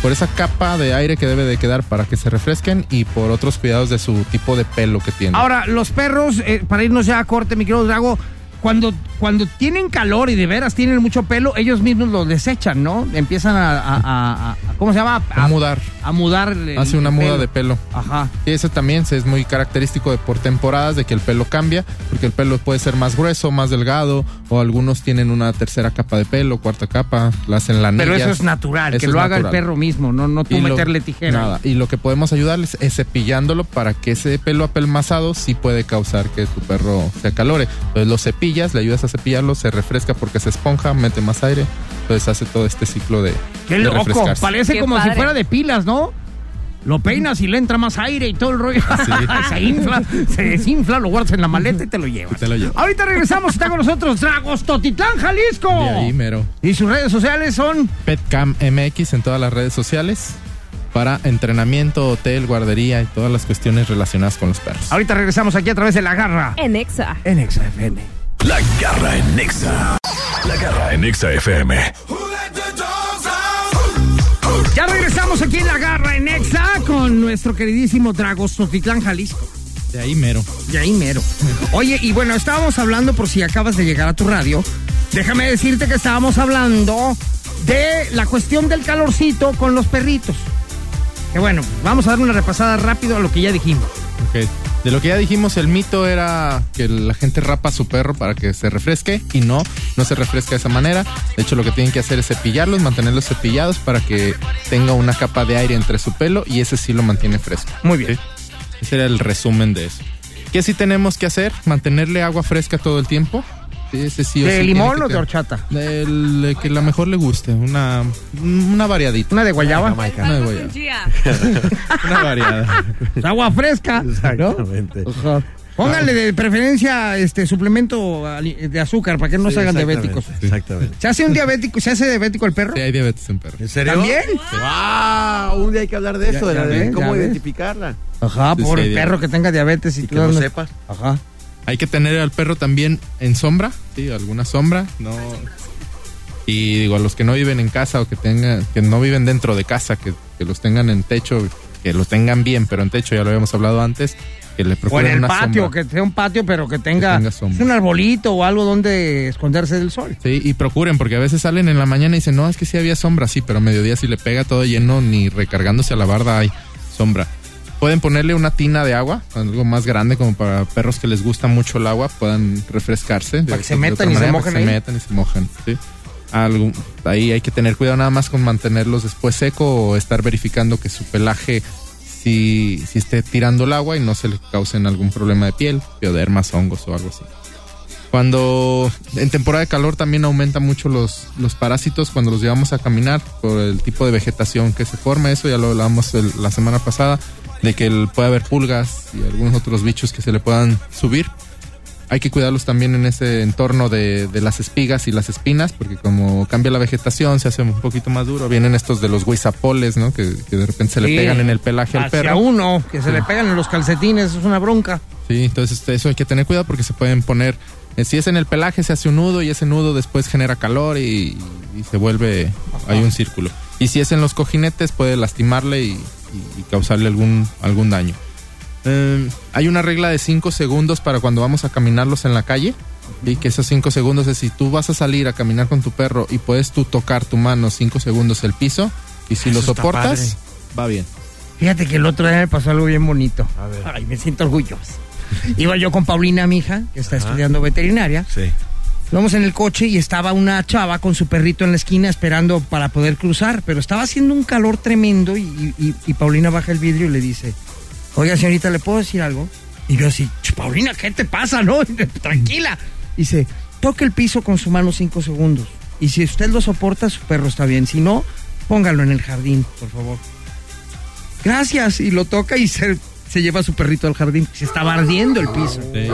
Speaker 7: por esa capa de aire que debe de quedar para que se refresquen y por otros cuidados de su tipo de pelo que tiene.
Speaker 4: Ahora, los perros, eh, para irnos ya a corte, mi querido Drago, cuando, cuando tienen calor y de veras tienen mucho pelo, ellos mismos lo desechan, ¿no? Empiezan a, a- a- a- ¿cómo se llama?
Speaker 7: A mudar.
Speaker 4: A mudar. el-
Speaker 7: hace una
Speaker 4: el
Speaker 7: muda
Speaker 4: pelo.
Speaker 7: de pelo.
Speaker 4: Ajá.
Speaker 7: Y eso también se- es muy característico de por temporadas, de que el pelo cambia, porque el pelo puede ser más grueso, más delgado, o algunos tienen una tercera capa de pelo, cuarta capa, la hacen la
Speaker 4: Pero eso es natural, que lo haga el perro mismo, no, no tú meterle tijera.
Speaker 7: Nada, y lo que podemos ayudarles es cepillándolo para que ese pelo apelmazado sí puede causar que tu perro se acalore. Entonces lo cepillas, le ayudas a cepillarlo, se refresca porque se esponja, mete más aire, entonces hace todo este ciclo de,
Speaker 4: Qué
Speaker 7: de
Speaker 4: loco,
Speaker 7: refrescarse.
Speaker 4: parece
Speaker 5: Qué
Speaker 4: como si
Speaker 5: padre.
Speaker 4: fuera de pilas, ¿no? Lo peinas y le entra más aire y todo el rollo. se infla, se desinfla, lo guardas en la maleta y te lo llevas.
Speaker 7: Y te lo llevas.
Speaker 4: Ahorita regresamos, está con nosotros Dragos Totitlán, Jalisco.
Speaker 7: De ahí mero.
Speaker 4: Y sus redes sociales son.
Speaker 7: Petcam MX en todas las redes sociales para entrenamiento, hotel, guardería y todas las cuestiones relacionadas con los perros.
Speaker 4: Ahorita regresamos aquí a través de la garra.
Speaker 5: En Exa.
Speaker 4: En Exa FM.
Speaker 2: La garra en Nexa. La garra en Nexa FM.
Speaker 4: Ya regresamos aquí en la garra en Exa con nuestro queridísimo Dragos Totitlán, Jalisco.
Speaker 7: De ahí mero.
Speaker 4: Y ahí mero. Oye, y bueno, estábamos hablando, por si acabas de llegar a tu radio, déjame decirte que estábamos hablando de la cuestión del calorcito con los perritos. Que bueno, vamos a dar una repasada rápido a lo que ya dijimos.
Speaker 7: Ok. De lo que ya dijimos, el mito era que la gente rapa a su perro para que se refresque y no, no se refresca de esa manera. De hecho, lo que tienen que hacer es cepillarlos, mantenerlos cepillados para que tenga una capa de aire entre su pelo y ese sí lo mantiene fresco.
Speaker 4: Muy bien.
Speaker 7: ¿Sí? Ese era el resumen de eso. ¿Qué sí tenemos que hacer? Mantenerle agua fresca todo el tiempo. Sí, ese sí o sí
Speaker 4: ¿De
Speaker 7: tiene
Speaker 4: limón
Speaker 7: que
Speaker 4: o de
Speaker 7: quedar.
Speaker 4: horchata?
Speaker 7: Del eh, que la mejor le guste, una, una variadita.
Speaker 4: Una de guayaba.
Speaker 7: Una, de guayaba. Una variada.
Speaker 4: Agua fresca.
Speaker 6: Pues, Exactamente. Ah.
Speaker 4: Póngale de preferencia este suplemento ali- de azúcar para que no se hagan diabéticos.
Speaker 6: Exactamente.
Speaker 4: ¿Se hace un diabético? ¿Se hace diabético el perro?
Speaker 7: Sí, hay diabetes en perros.
Speaker 6: ¿En serio?
Speaker 4: ¿También?
Speaker 6: ¡Wow! Un día hay que hablar de eso, de,
Speaker 4: ya
Speaker 6: la de
Speaker 4: ves,
Speaker 6: cómo
Speaker 4: ya ves.
Speaker 6: identificarla.
Speaker 4: Ajá,
Speaker 7: Sí,
Speaker 4: por
Speaker 7: sí,
Speaker 4: el
Speaker 7: hay
Speaker 4: perro que tenga diabetes y,
Speaker 6: Y que
Speaker 4: todo.
Speaker 6: lo sepas.
Speaker 4: Ajá.
Speaker 7: Hay que tener al perro también en sombra, sí, alguna sombra, no. Y digo, a los que no viven en casa o que tengan, que no viven dentro de casa, que, que los tengan en techo, que los tengan bien, pero en techo ya lo habíamos hablado antes, que le
Speaker 4: O
Speaker 7: procuren
Speaker 4: en el
Speaker 7: una
Speaker 4: patio,
Speaker 7: sombra.
Speaker 4: que sea un patio, pero que tenga,
Speaker 7: tenga sombra.
Speaker 4: un arbolito o algo donde esconderse del sol.
Speaker 7: Sí, y procuren, porque a veces salen en la mañana y dicen, no, es que sí había sombra, sí, pero a mediodía si le pega todo lleno, ni recargándose a la barda hay sombra. Pueden ponerle una tina de agua, algo más grande, como para perros que les gusta mucho el agua, puedan refrescarse. de-
Speaker 4: Para que se
Speaker 7: de
Speaker 4: metan
Speaker 7: otra
Speaker 4: y se
Speaker 7: para
Speaker 4: mojen
Speaker 7: que
Speaker 4: ahí.
Speaker 7: metan y se mojen, sí. Algo, ahí hay que tener cuidado nada más con mantenerlos después seco o estar verificando que su pelaje si, si esté tirando el agua y no se le causen algún problema de piel, piodermas, hongos o algo así. Cuando en temporada de calor también aumenta mucho los, los parásitos cuando los llevamos a caminar por el tipo de vegetación que se forma. Eso ya lo hablamos el- la semana pasada, de que el- puede haber pulgas y algunos otros bichos que se le puedan subir. Hay que cuidarlos también en ese entorno de, de las espigas y las espinas, porque como cambia la vegetación, se hace un poquito más duro. Vienen estos de los guisapoles, ¿no? Que, que de repente se le
Speaker 4: Sí.
Speaker 7: pegan en el pelaje al
Speaker 4: Hacia
Speaker 7: perro.
Speaker 4: uno, que se le pegan en los calcetines, es una bronca.
Speaker 7: Sí, entonces este, eso hay que tener cuidado porque se pueden poner. eh, si es en el pelaje, se hace un nudo y ese nudo después genera calor y, y se vuelve. Hay un círculo. Y si es en los cojinetes, puede lastimarle y, y- y causarle algún, algún daño. Eh, hay una regla de 5 segundos para cuando vamos a caminarlos en la calle. Y que esos 5 segundos es si tú vas a salir a caminar con tu perro y puedes tú tocar tu mano 5 segundos el piso. Y si
Speaker 6: Eso
Speaker 7: lo
Speaker 6: está
Speaker 7: soportas, va bien.
Speaker 4: Fíjate que el otro día me pasó algo bien bonito. Ay, me siento orgulloso. Iba yo con Paulina, mi hija, que está estudiando veterinaria.
Speaker 6: Sí.
Speaker 4: Vamos en el coche y estaba una chava con su perrito en la esquina esperando para poder cruzar, pero estaba haciendo un calor tremendo y, y- y Paulina baja el vidrio y le dice, oiga señorita, ¿le puedo decir algo? Y yo así, "Ch, Paulina, ¿qué te pasa? No, tranquila. Dice, toque el piso con su mano cinco segundos y si usted lo soporta, su perro está bien, si no, póngalo en el jardín, por favor. Gracias, y lo toca y se, se lleva a su perrito al jardín, se estaba ardiendo el piso.
Speaker 7: Sí. Sí,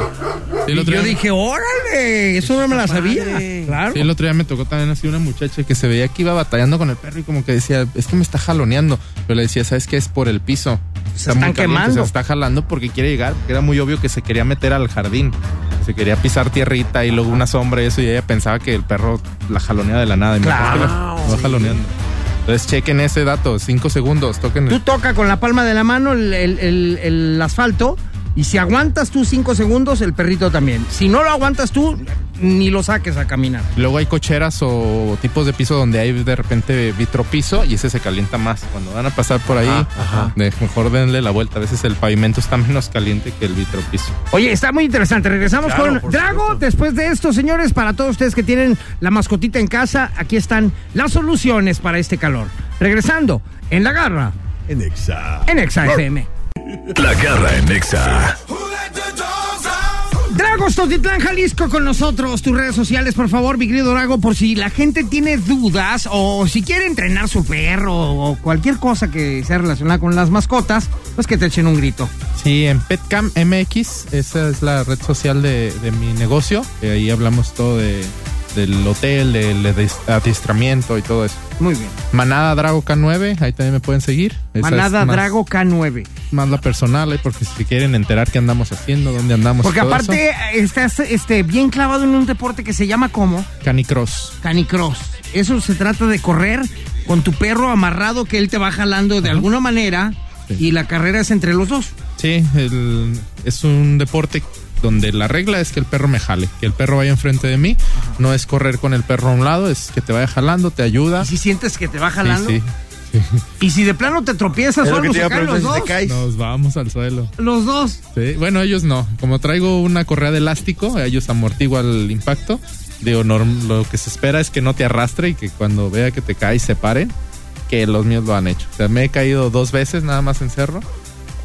Speaker 4: Y
Speaker 7: el otro
Speaker 4: yo
Speaker 7: día-
Speaker 4: dije, órale, eso no me la sabía. Claro.
Speaker 7: Sí, el otro día me tocó también así una muchacha que se veía que iba batallando con el perro y como que decía, es que me está jaloneando. Pero le decía, ¿sabes qué? Es por el piso.
Speaker 4: Se
Speaker 7: Está muy
Speaker 4: están
Speaker 7: caliente,
Speaker 4: quemando.
Speaker 7: Se está jalando porque quiere llegar. porque Era muy obvio que se quería meter al jardín. Se quería pisar tierrita y luego una sombra y eso. Y ella pensaba que el perro la jalonea de la nada. Y me
Speaker 4: Claro.
Speaker 7: dijo, "Es que la- la va jaloneando. Entonces chequen ese dato. Cinco segundos. Toquen el-
Speaker 4: Tú toca con la palma de la mano el, el- el- el asfalto y si aguantas tú cinco segundos, el perrito también. Si no lo aguantas tú, ni lo saques a caminar.
Speaker 7: Luego hay cocheras o tipos de piso donde hay de repente vitropiso y ese se calienta más. Cuando van a pasar por ahí,
Speaker 4: Ah,
Speaker 7: de- mejor denle la vuelta. A veces el pavimento está menos caliente que el vitropiso.
Speaker 4: Oye, está muy interesante. Regresamos
Speaker 6: Claro,
Speaker 4: con
Speaker 6: por
Speaker 4: Drago.
Speaker 6: supuesto.
Speaker 4: Después de esto, señores, para todos ustedes que tienen la mascotita en casa, aquí están las soluciones para este calor. Regresando en la garra,
Speaker 6: En Exa.
Speaker 4: en Exa FM.
Speaker 2: La garra en Nexa.
Speaker 4: Dragos Totitlán, Jalisco, con nosotros. Tus redes sociales, por favor, mi querido Drago, por si la gente tiene dudas o si quiere entrenar su perro o cualquier cosa que sea relacionada con las mascotas, pues que te echen un grito.
Speaker 7: Sí, en Petcam MX, esa es la red social de, de mi negocio. Eh, ahí hablamos todo de, del hotel, del adis- adiestramiento y todo eso.
Speaker 4: Muy bien.
Speaker 7: Manada Drago K9, ahí también me pueden seguir. Esa es
Speaker 4: Manada
Speaker 7: más-
Speaker 4: Drago K9.
Speaker 7: Más la personal, ahí, porque si quieren enterar qué andamos haciendo, dónde andamos.
Speaker 4: Porque
Speaker 7: y todo
Speaker 4: aparte eh, estás este, bien clavado en un deporte que se llama como
Speaker 7: eso. Canicross.
Speaker 4: canicross. Eso se trata de correr con tu perro amarrado que él te va jalando de alguna manera
Speaker 7: Sí.
Speaker 4: y la carrera es entre los dos.
Speaker 7: Sí, el- es un deporte donde la regla es que el perro me jale, que el perro vaya enfrente de mí. No es correr con el perro a un lado, es que te vaya jalando, te ayuda.
Speaker 4: Y si sientes que te va
Speaker 7: Sí,
Speaker 4: jalando.
Speaker 7: sí.
Speaker 4: Y si de plano te tropiezas
Speaker 6: Es
Speaker 4: o
Speaker 6: lo que
Speaker 4: algo,
Speaker 6: te
Speaker 4: se
Speaker 6: iba a
Speaker 4: caen
Speaker 6: preguntar
Speaker 4: los
Speaker 6: si
Speaker 4: dos.
Speaker 6: te caes.
Speaker 7: Nos vamos al suelo.
Speaker 4: Los dos.
Speaker 7: Sí, bueno, ellos no. Como traigo una correa de elástico, ellos amortiguan el impacto. Digo, norm- lo que se espera es que no te arrastre y que cuando vea que te caes se pare, que los míos lo han hecho. O sea, me he caído dos veces nada más en cerro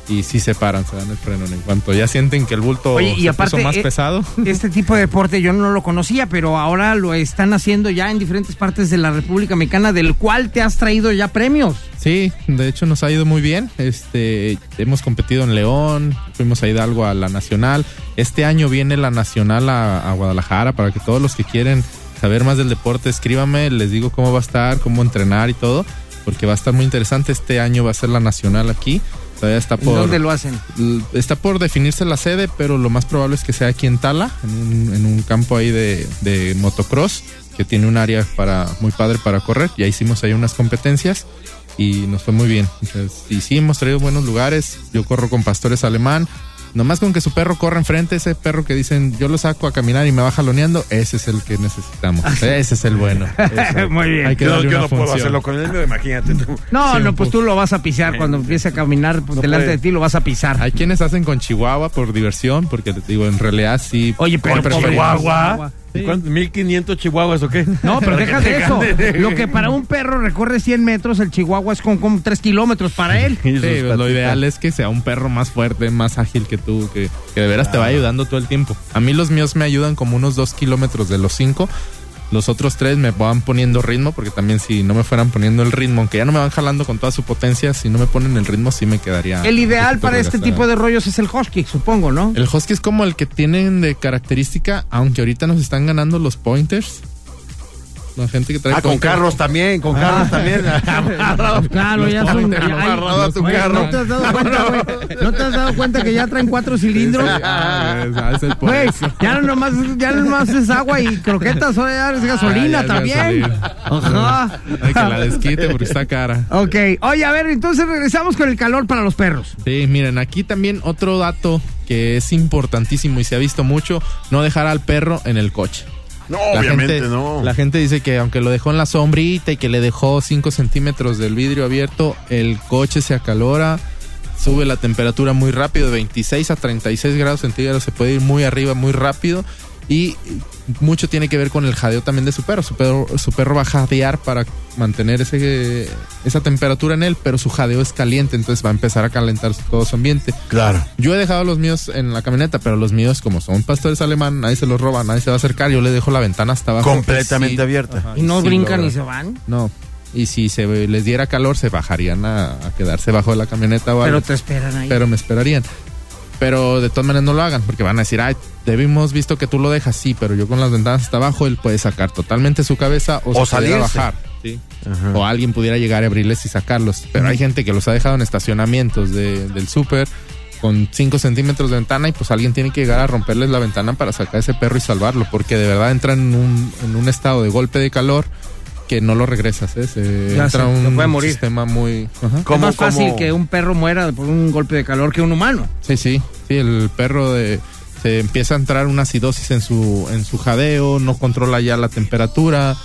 Speaker 7: y sí se paran, se dan el freno. En cuanto ya sienten que el bulto
Speaker 4: Oye, y
Speaker 7: se
Speaker 4: aparte,
Speaker 7: puso más
Speaker 4: eh,
Speaker 7: pesado.
Speaker 4: Este tipo de deporte yo no lo conocía, pero ahora lo están haciendo ya en diferentes partes de la República Mexicana, del cual te has traído ya premios.
Speaker 7: Sí, de hecho nos ha ido muy bien. Este, hemos competido en León, fuimos a Hidalgo a la Nacional. Este año viene la Nacional a, a Guadalajara para que todos los que quieren saber más del deporte escríbame, les digo cómo va a estar, cómo entrenar y todo, porque va a estar muy interesante. Este año va a ser la Nacional aquí. Todavía está
Speaker 4: ¿En
Speaker 7: por
Speaker 4: ¿Dónde lo hacen?
Speaker 7: l- mm, está por definirse la sede, pero lo más probable es que sea aquí en Tala, en un, en un campo ahí de, de motocross, que tiene un área para muy padre para correr. Ya hicimos ahí unas competencias y nos fue muy bien. Entonces, y sí, hemos traído buenos lugares. Yo corro con pastores alemán. Nomás con que su perro corra enfrente, ese perro que dicen yo lo saco a caminar y me va jaloneando, ese es el que necesitamos.
Speaker 4: Ah,
Speaker 7: Ese es el bueno. Ese.
Speaker 4: Muy bien.
Speaker 7: Hay que
Speaker 6: Yo,
Speaker 7: darle
Speaker 6: yo
Speaker 7: una
Speaker 6: no puedo
Speaker 7: función.
Speaker 6: hacerlo con el mío, imagínate tú.
Speaker 4: No,
Speaker 7: Sí,
Speaker 4: no,
Speaker 7: un
Speaker 4: pues tú lo vas a pisar cuando empiece a caminar pues, delante
Speaker 6: puede.
Speaker 4: de ti, lo vas a pisar.
Speaker 7: Hay quienes hacen con Chihuahua por diversión, porque digo, en realidad sí.
Speaker 4: Oye, pero
Speaker 7: corre perfecto.
Speaker 4: Chihuahua.
Speaker 6: ¿Y cuánto? ¿1500 chihuahuas o qué?
Speaker 4: No, pero
Speaker 6: Para
Speaker 4: deja
Speaker 6: que
Speaker 4: de
Speaker 6: te
Speaker 4: eso.
Speaker 6: ganen.
Speaker 4: Lo que para un perro recorre 100 metros, el chihuahua es con, como 3 kilómetros para él.
Speaker 6: Y
Speaker 7: Sí,
Speaker 6: sus
Speaker 7: pues, lo
Speaker 6: patitas.
Speaker 7: ideal es que sea un perro más fuerte, más ágil que tú, que, que de veras te va ayudando todo el tiempo. A mí los míos me ayudan como unos dos kilómetros de los cinco. Los otros tres me van poniendo ritmo, porque también si no me fueran poniendo el ritmo, aunque ya no me van jalando con toda su potencia, si no me ponen el ritmo, sí me quedaría.
Speaker 4: El
Speaker 7: un
Speaker 4: ideal
Speaker 7: poquito
Speaker 4: para este
Speaker 7: desgastado.
Speaker 4: tipo de rollos es el husky, supongo, ¿no?
Speaker 7: El husky es como el que tienen de característica, aunque ahorita nos están ganando los pointers. La gente que trae
Speaker 6: Ah, con
Speaker 7: pointer.
Speaker 6: carros también, con carros también. Amarrado.
Speaker 4: Claro, ya son.
Speaker 6: Ponte
Speaker 4: ya hay-
Speaker 6: amarrado a tu
Speaker 4: Oye,
Speaker 6: carro.
Speaker 4: ¿No te has dado cuenta, güey? ¿No te has dado cuenta que ya traen cuatro cilindros?
Speaker 7: Ah, es- ah, es el
Speaker 4: Güey,
Speaker 7: pointer.
Speaker 4: ya nomás, ya nomás es agua y croquetas, ahora ya es
Speaker 7: Ah, ya
Speaker 4: gasolina
Speaker 7: es
Speaker 4: también.
Speaker 7: gasolina.
Speaker 4: Ajá.
Speaker 7: Ay, que la desquite porque está cara.
Speaker 4: Ok, oye, a ver, entonces regresamos con el calor para los perros.
Speaker 7: Sí, miren, aquí también otro dato que es importantísimo y se ha visto mucho, no dejar al perro en el coche.
Speaker 6: No,
Speaker 7: La
Speaker 6: obviamente
Speaker 7: gente-
Speaker 6: no.
Speaker 7: La gente dice que aunque lo dejó en la sombrita y que le dejó 5 centímetros del vidrio abierto, el coche se acalora, sube la temperatura muy rápido, de 26 a 36 grados centígrados, se puede ir muy arriba muy rápido y mucho tiene que ver con el jadeo también de su perro. Su perro, su perro va a jadear para mantener ese, esa temperatura en él, pero su jadeo es caliente, entonces va a empezar a calentar todo su ambiente.
Speaker 6: Claro.
Speaker 7: Yo he dejado los míos en la camioneta, pero los míos, como son pastores alemán, nadie se los roba, nadie se va a acercar. Yo le dejo la ventana hasta abajo.
Speaker 6: Completamente
Speaker 7: Sí,
Speaker 6: abierta.
Speaker 7: ajá,
Speaker 4: Y no
Speaker 7: Ah, sí
Speaker 4: brincan
Speaker 7: logra.
Speaker 4: ni se van.
Speaker 7: No. Y si se ve- les diera calor, se bajarían a, a quedarse bajo de la camioneta o algo.
Speaker 4: Pero te esperan ahí.
Speaker 7: Pero me esperarían. Pero de todas maneras no lo hagan, porque van a decir, ay, debimos visto que tú lo dejas, sí, pero yo con las ventanas hasta abajo, él puede sacar totalmente su cabeza o,
Speaker 6: O
Speaker 7: se pudiera
Speaker 6: salirse.
Speaker 7: bajar. ¿sí? O alguien pudiera llegar a abrirles y sacarlos. Pero hay gente que los ha dejado en estacionamientos de- del súper con 5 centímetros de ventana y pues alguien tiene que llegar a romperles la ventana para sacar ese perro y salvarlo, porque de verdad entra en un, en un estado de golpe de calor que no lo regresas, ¿eh? Se
Speaker 4: Ya
Speaker 7: entra
Speaker 4: sé, se
Speaker 7: un
Speaker 4: puede morir.
Speaker 7: sistema muy... ajá.
Speaker 4: es más
Speaker 6: como-
Speaker 4: fácil que un perro muera por un golpe de calor que un humano.
Speaker 7: Sí, sí, sí, el perro de- se empieza a entrar una acidosis en su, en su jadeo, no controla ya la temperatura,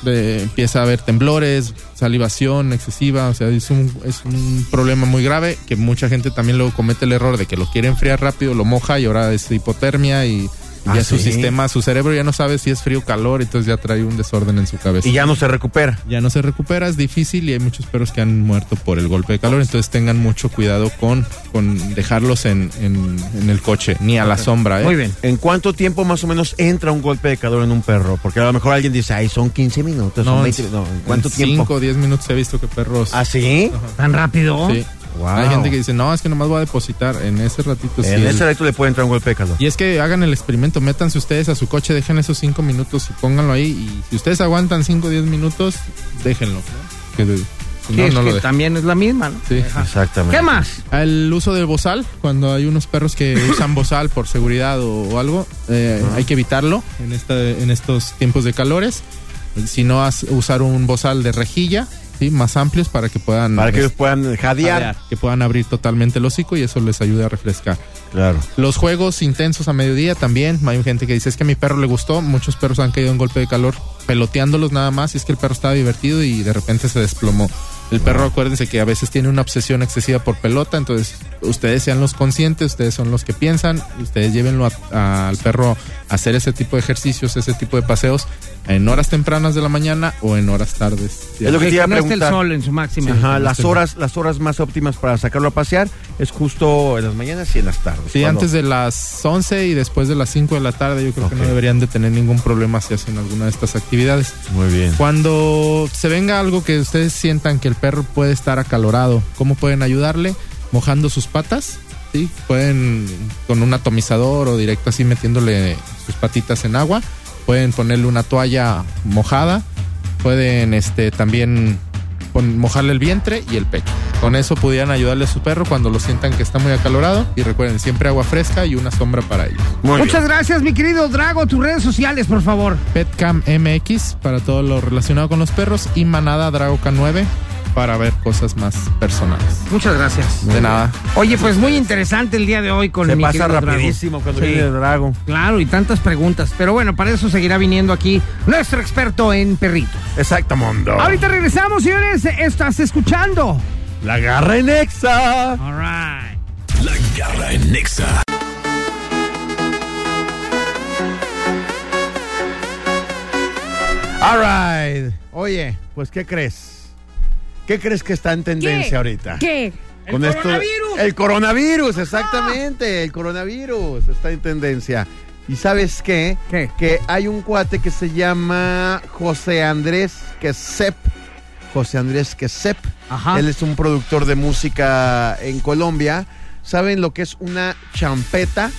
Speaker 7: de- empieza a haber temblores, salivación excesiva, o sea, es un, es un problema muy grave que mucha gente también luego comete el error de que lo quiere enfriar rápido, lo moja y ahora es hipotermia y
Speaker 8: Ah,
Speaker 7: ya su
Speaker 8: sí.
Speaker 7: sistema, su cerebro ya no sabe si es frío o calor, entonces ya trae un desorden en su cabeza.
Speaker 6: Y ya no se recupera.
Speaker 7: Ya no se recupera, es difícil y hay muchos perros que han muerto por el golpe de calor, entonces tengan mucho cuidado con, con dejarlos en, en- en el coche, ni a la sombra. ¿eh?
Speaker 4: Muy bien.
Speaker 6: ¿En cuánto tiempo más o menos entra un golpe de calor en un perro? Porque a lo mejor alguien dice, ay, son 15 minutos, son
Speaker 7: No,
Speaker 6: 20 No, ¿en cuánto
Speaker 7: en
Speaker 6: tiempo?
Speaker 7: Cinco o 10 minutos he visto que perros...
Speaker 6: ¿Ah, sí?
Speaker 4: ¿Tan rápido?
Speaker 7: Sí.
Speaker 6: Wow.
Speaker 7: Hay gente que dice, no, es que nomás voy a depositar en ese ratito. Pues sí,
Speaker 6: en
Speaker 7: el-
Speaker 6: ese recto le puede entrar un golpe de calor.
Speaker 7: Y es que hagan el experimento, métanse ustedes a su coche, dejen esos cinco minutos y pónganlo ahí. Y si ustedes aguantan 5 o 10 minutos, déjenlo. ¿no? Que de- si
Speaker 4: Sí,
Speaker 7: no,
Speaker 4: es
Speaker 7: no
Speaker 4: que
Speaker 7: lo dejen.
Speaker 4: también es la misma, ¿no?
Speaker 7: Sí.
Speaker 6: Exactamente.
Speaker 4: ¿Qué más?
Speaker 7: El uso del bozal, cuando hay unos perros que usan bozal por seguridad o, o algo, eh, hay que evitarlo en, esta, en estos tiempos de calores. Si no, haz- usar un bozal de rejilla, ¿sí? más amplios para que puedan...
Speaker 6: Para que
Speaker 7: este,
Speaker 6: ellos puedan jadear.
Speaker 7: que puedan abrir totalmente el hocico y eso les ayuda a refrescar.
Speaker 6: Claro.
Speaker 7: Los juegos intensos a mediodía también. Hay gente que dice es que a mi perro le gustó. Muchos perros han caído en golpe de calor peloteándolos nada más. Y es que el perro estaba divertido y de repente se desplomó. El perro, acuérdense que a veces tiene una obsesión excesiva por pelota. Entonces, ustedes sean los conscientes, ustedes son los que piensan. Ustedes llévenlo a- al perro a hacer ese tipo de ejercicios, ese tipo de paseos en horas tempranas de la mañana o en horas tardes.
Speaker 6: Es lo que te iba a
Speaker 4: Este, no esté el
Speaker 6: preguntar.
Speaker 4: sol en su máxima.
Speaker 6: Ajá,
Speaker 7: sí,
Speaker 6: las
Speaker 7: sí.
Speaker 6: horas, las horas más óptimas para sacarlo a pasear es justo en las mañanas y en las tardes.
Speaker 7: Sí,
Speaker 6: Cuando-
Speaker 7: antes de las 11 y después de las 5 de la tarde, yo creo que no deberían de tener ningún problema si hacen alguna de estas actividades.
Speaker 6: Muy bien.
Speaker 7: Cuando se venga algo que ustedes sientan que el perro puede estar acalorado, ¿cómo pueden ayudarle? Mojando sus patas, ¿sí? Pueden con un atomizador o directo así metiéndole sus patitas en agua. Pueden ponerle una toalla mojada. Pueden este, también pon- mojarle el vientre y el pecho. Con eso pudieran ayudarle a su perro cuando lo sientan que está muy acalorado. Y recuerden, siempre agua fresca y una sombra para ellos.
Speaker 6: Muy bien.
Speaker 4: Muchas gracias, mi querido Drago. Tus redes sociales, por favor.
Speaker 7: Petcam MX para todo lo relacionado con los perros y Manada Drago K9 para ver cosas más personales.
Speaker 4: Muchas gracias.
Speaker 7: De nada.
Speaker 4: Oye, pues muy interesante el día de hoy con
Speaker 6: Se
Speaker 4: mi
Speaker 6: pasa
Speaker 4: querido Drago.
Speaker 6: rapidísimo cuando
Speaker 4: Sí.
Speaker 6: viene el drago.
Speaker 4: Claro, y tantas preguntas. Pero bueno, para eso seguirá viniendo aquí nuestro experto en perritos.
Speaker 6: Exacto, mundo.
Speaker 4: Ahorita regresamos, señores. Estás escuchando.
Speaker 6: La garra en Exa.
Speaker 4: All right.
Speaker 2: La garra en Nexa.
Speaker 6: All right. Oye, pues ¿qué crees? ¿Qué crees que está en tendencia ahorita?
Speaker 5: ¿Qué?
Speaker 6: Con
Speaker 4: ¡El
Speaker 6: esto-
Speaker 4: coronavirus!
Speaker 6: el coronavirus, exactamente. El coronavirus está en tendencia. ¿Y sabes qué?
Speaker 4: ¿Qué?
Speaker 6: Que hay un cuate que se llama José Andrés Quesep. José Andrés Quesep.
Speaker 4: Ajá.
Speaker 6: Él es un productor de música en Colombia. ¿Saben lo que es una champeta?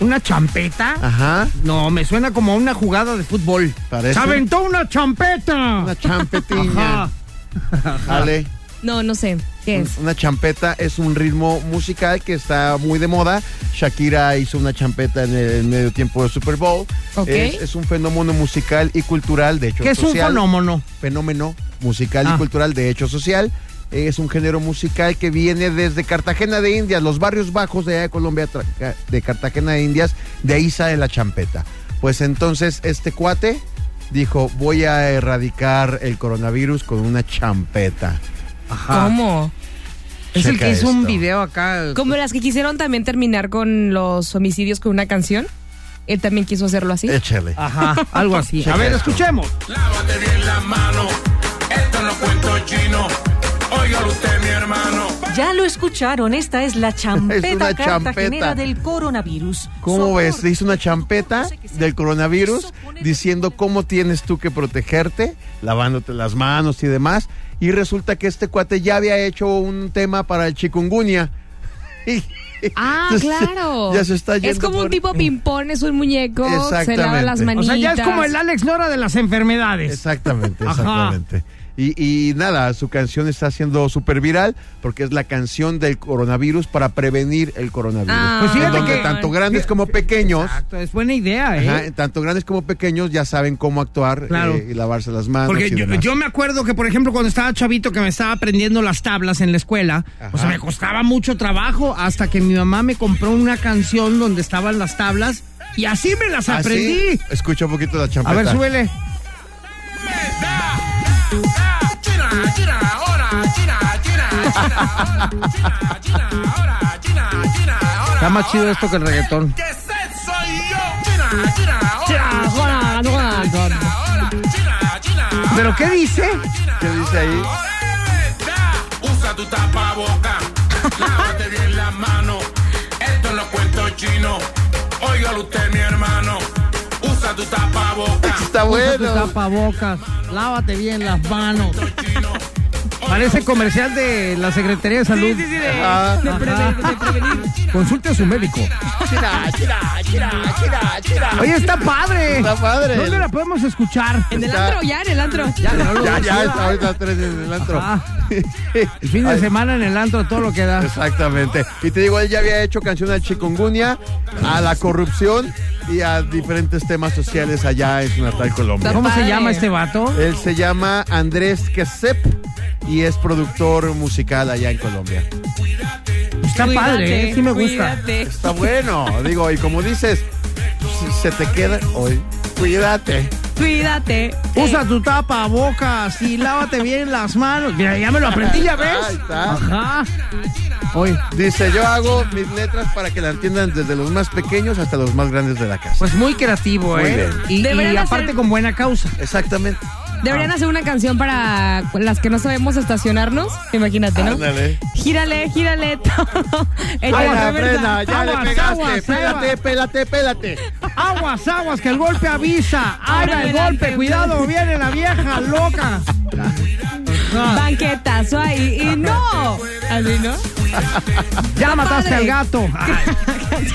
Speaker 4: ¿Una champeta?
Speaker 6: Ajá.
Speaker 4: No, me suena como una jugada de fútbol.
Speaker 6: Parece.
Speaker 4: ¡Se aventó una champeta!
Speaker 6: Una champetinha.
Speaker 4: Ajá.
Speaker 6: Dale.
Speaker 5: No, no sé. ¿Qué es?
Speaker 6: Una champeta es un ritmo musical que está muy de moda. Shakira hizo una champeta en el, medio tiempo del Super Bowl.
Speaker 5: Ok.
Speaker 6: Es, es un fenómeno musical y cultural, de hecho
Speaker 4: ¿Qué es un
Speaker 6: social.
Speaker 4: fenómeno?
Speaker 6: Fenómeno musical
Speaker 4: Ah.
Speaker 6: y cultural, de hecho social. Es un género musical que viene desde Cartagena de Indias, los barrios bajos de allá de Colombia, tra- ca- de Cartagena de Indias, de ahí sale la champeta. Pues entonces este cuate dijo, voy a erradicar el coronavirus con una champeta. Ah.
Speaker 4: Ajá.
Speaker 5: ¿Cómo?
Speaker 4: Es el
Speaker 6: Checa
Speaker 4: que hizo un
Speaker 6: esto.
Speaker 4: video acá.
Speaker 5: Como las que quisieron también terminar con los homicidios con una canción. Él también quiso hacerlo así.
Speaker 6: Échale.
Speaker 4: Ajá, algo así.
Speaker 6: Checa
Speaker 4: A ver,
Speaker 6: esto.
Speaker 4: escuchemos.
Speaker 9: Lávate bien la mano, esto no es cuento chino. Óigalo usted, mi hermano.
Speaker 10: Ya lo escucharon, esta es la champeta
Speaker 6: Es una
Speaker 10: cartagenera
Speaker 6: champeta.
Speaker 10: del coronavirus.
Speaker 6: ¿Cómo
Speaker 10: Socorro.
Speaker 6: ves? Le hizo una champeta del coronavirus diciendo cómo tienes tú que protegerte, lavándote las manos y demás. Y resulta que este cuate ya había hecho un tema para el chikungunya.
Speaker 5: Ah,
Speaker 6: Entonces,
Speaker 5: claro.
Speaker 6: pues, ya se está
Speaker 5: Es
Speaker 6: yendo
Speaker 5: como
Speaker 6: por-
Speaker 5: un tipo ping-pong, es un muñeco, se lava
Speaker 6: Exactamente.
Speaker 5: las
Speaker 6: O sea,
Speaker 4: O
Speaker 5: manitas.
Speaker 4: sea, ya es como el Alex Nora de las enfermedades.
Speaker 6: Exactamente,
Speaker 4: Ajá.
Speaker 6: exactamente. Y, y nada, su canción está siendo súper viral porque es la canción del coronavirus para prevenir el coronavirus.
Speaker 5: Ah,
Speaker 4: Pues fíjate
Speaker 6: En donde
Speaker 4: que-
Speaker 6: tanto grandes como pequeños.
Speaker 4: Exacto, es buena idea, ¿eh?
Speaker 6: Ajá, tanto grandes como pequeños ya saben cómo actuar
Speaker 4: Claro.
Speaker 6: eh, y lavarse las manos.
Speaker 4: Porque
Speaker 6: y
Speaker 4: yo,
Speaker 6: demás.
Speaker 4: yo me acuerdo que, por ejemplo, cuando estaba chavito que me estaba aprendiendo las tablas en la escuela, o sea, me costaba mucho trabajo hasta que mi mamá me compró una canción donde estaban las tablas y así me las
Speaker 6: Ah, ¿sí?
Speaker 4: aprendí.
Speaker 6: Escucha un poquito la champeta.
Speaker 4: A ver, súbele.
Speaker 9: China, China, ahora, China, China, China, ahora, China, China, ahora, China, China, ahora.
Speaker 4: Está más chido esto que el reggaetón.
Speaker 9: ¿Qué soy yo?
Speaker 4: ¿Pero qué dice?
Speaker 11: ¿Qué dice ahí?
Speaker 9: Usa tu tapaboca, lávate bien las manos. Esto no es cuento chino. Óigalo usted, mi hermano. Usa tu tapaboca,
Speaker 11: Está
Speaker 4: Usa tu
Speaker 11: bueno.
Speaker 4: tapabocas, lávate bien las manos.
Speaker 9: chino.
Speaker 4: Parece comercial de la Secretaría de Salud.
Speaker 11: Ah,
Speaker 4: Consulte a su médico. Oye, está padre.
Speaker 11: Está padre.
Speaker 4: ¿Dónde la podemos escuchar?
Speaker 5: En el
Speaker 11: Está-
Speaker 5: antro, ya, en el antro.
Speaker 11: Ya, ya, está ahorita tres en el antro.
Speaker 4: Ah, el fin de semana en el antro, todo lo que da.
Speaker 11: Exactamente. Y te digo, él ya había hecho canción al chikungunya, a la corrupción y a diferentes temas sociales allá en su natal Colombia.
Speaker 4: ¿Cómo se
Speaker 5: padre.
Speaker 4: llama este vato?
Speaker 11: Él se llama Andrés Quesep y es productor musical allá en Colombia.
Speaker 4: Está
Speaker 5: Cuídate,
Speaker 4: padre, ¿eh? sí me gusta.
Speaker 5: cuídate.
Speaker 11: Está bueno, digo, y como dices, pues, se te queda hoy. Cuídate.
Speaker 5: Cuídate.
Speaker 4: Usa tu tapabocas y lávate bien las manos. Mira, ya me lo aprendí, ¿ya
Speaker 11: Ahí
Speaker 4: ves?
Speaker 11: está.
Speaker 4: Ajá. Oye,
Speaker 11: Dice, yo hago mis letras para que la entiendan desde los más pequeños hasta los más grandes de la casa.
Speaker 4: pues muy creativo,
Speaker 11: Muy
Speaker 4: ¿eh? Y,
Speaker 5: Deberían
Speaker 4: y
Speaker 5: hacer-
Speaker 4: aparte con buena causa.
Speaker 11: Exactamente.
Speaker 5: Deberían hacer una canción para las que no sabemos estacionarnos. Imagínate, ¿no?
Speaker 11: Ándale.
Speaker 5: Gírale, gírale todo. Echa
Speaker 11: Frena,
Speaker 5: la reversa.
Speaker 11: frena, ya
Speaker 4: Aguas,
Speaker 11: le pegaste.
Speaker 4: aguas,
Speaker 11: pélate,
Speaker 4: aguas.
Speaker 11: pélate, pélate.
Speaker 4: Aguas, aguas, que el golpe avisa. Haga el
Speaker 5: adelante,
Speaker 4: golpe, cuidado, viene la vieja loca. Ajá.
Speaker 5: Banquetazo ahí. Y no. Así, ¿no?
Speaker 4: Ya mataste
Speaker 5: padre.
Speaker 4: al gato. Ah, Ay,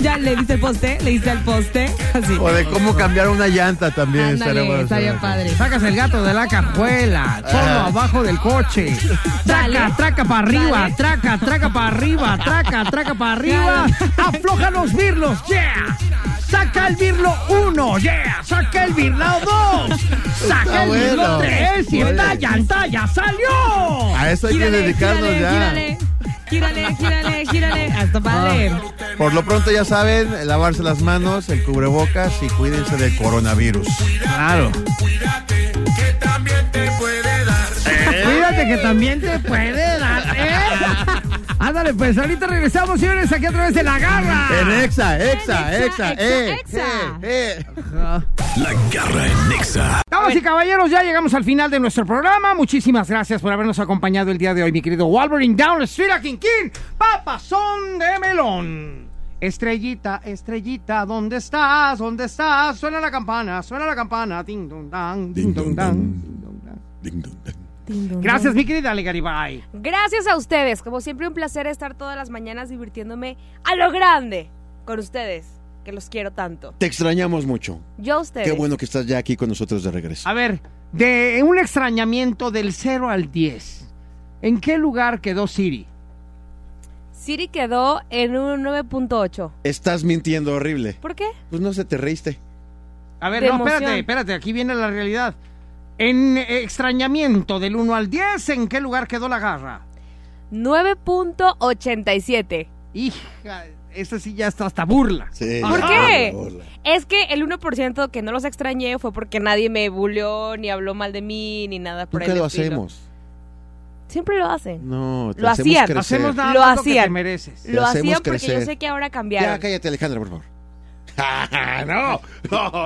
Speaker 5: Ya le diste el poste, le diste al poste. Así.
Speaker 11: O de cómo cambiar una llanta también. estaría bueno,
Speaker 5: Ándale, estaría
Speaker 11: estaría
Speaker 5: padre.
Speaker 4: Sacas el gato de la cajuela, solo abajo del coche. Traca,
Speaker 5: Dale.
Speaker 4: traca para arriba,
Speaker 5: Dale.
Speaker 4: traca, traca para arriba, traca, traca para arriba. Afloja los birlos, yeah. Saca el birlo uno, yeah. Saca el birlo dos. Saca
Speaker 11: Está
Speaker 4: el birlo
Speaker 11: bueno.
Speaker 4: tres y
Speaker 11: Oye.
Speaker 4: esta llanta ya salió.
Speaker 6: Ah,
Speaker 11: A eso hay que
Speaker 5: Gírale,
Speaker 11: dedicarnos
Speaker 5: gírale,
Speaker 11: ya.
Speaker 5: gírale. Gírale, gírale, gírale. Hasta padre.
Speaker 11: Por lo pronto ya saben, lavarse las manos, el cubrebocas y cuídense del coronavirus.
Speaker 4: Claro.
Speaker 9: Que también te puede dar.
Speaker 4: Cuídate que también te puede dar, ¿eh? Ándale, pues ahorita regresamos, señores, aquí a través de la garra.
Speaker 11: En Exa, Exa,
Speaker 5: Ah, En
Speaker 11: Exa,
Speaker 5: Exa,
Speaker 11: eh,
Speaker 5: Exa, Exa.
Speaker 11: eh, eh.
Speaker 2: La garra en Nexa.
Speaker 4: Damas y caballeros, ya llegamos al final de nuestro programa. Muchísimas gracias por habernos acompañado el día de hoy, mi querido Wolverine Down the Street, a King King, papazón de melón. Estrellita, estrellita, ¿dónde estás? ¿Dónde estás? Suena la campana, suena la campana. Ding dong dang, ding dong dang. ding, dong, dang. Gracias, mi querida Ale Garibay.
Speaker 5: Gracias a ustedes. Como siempre, un placer estar todas las mañanas divirtiéndome a lo grande con ustedes, que los quiero tanto.
Speaker 6: Te extrañamos mucho.
Speaker 5: Yo a ustedes.
Speaker 6: Qué bueno que estás ya aquí con nosotros de regreso.
Speaker 4: A ver, de un extrañamiento del 0 al 10, ¿en qué lugar quedó Siri?
Speaker 5: Siri quedó en un 9.8.
Speaker 6: Estás mintiendo horrible.
Speaker 5: ¿Por qué?
Speaker 6: Pues no se te reíste.
Speaker 4: A ver,
Speaker 5: De
Speaker 4: no, espérate,
Speaker 5: emoción.
Speaker 4: espérate, aquí viene la realidad. En eh, extrañamiento del 1 al 10, ¿en qué lugar quedó la garra?
Speaker 5: 9.87.
Speaker 4: Hija, esta sí ya está hasta burla.
Speaker 6: Sí.
Speaker 5: ¿Por
Speaker 4: Ajá.
Speaker 5: qué?
Speaker 6: Hola.
Speaker 5: Es que el 1% que no los extrañé fue porque nadie me bulió, ni habló mal de mí, ni nada por
Speaker 6: Nunca
Speaker 5: el
Speaker 6: lo
Speaker 5: estilo.
Speaker 6: hacemos.
Speaker 5: Siempre lo hacen.
Speaker 6: No, te
Speaker 5: Lo
Speaker 6: hacemos
Speaker 5: hacían.
Speaker 6: crecer.
Speaker 4: Hacemos nada
Speaker 5: Lo
Speaker 4: más lo que te
Speaker 5: hacían.
Speaker 4: mereces.
Speaker 5: Lo
Speaker 6: Lo hacemos
Speaker 5: hacían porque yo
Speaker 6: crecer.
Speaker 5: sé que ahora
Speaker 6: Ya
Speaker 5: cambiaron.
Speaker 6: cállate, Alejandra, por favor.
Speaker 4: A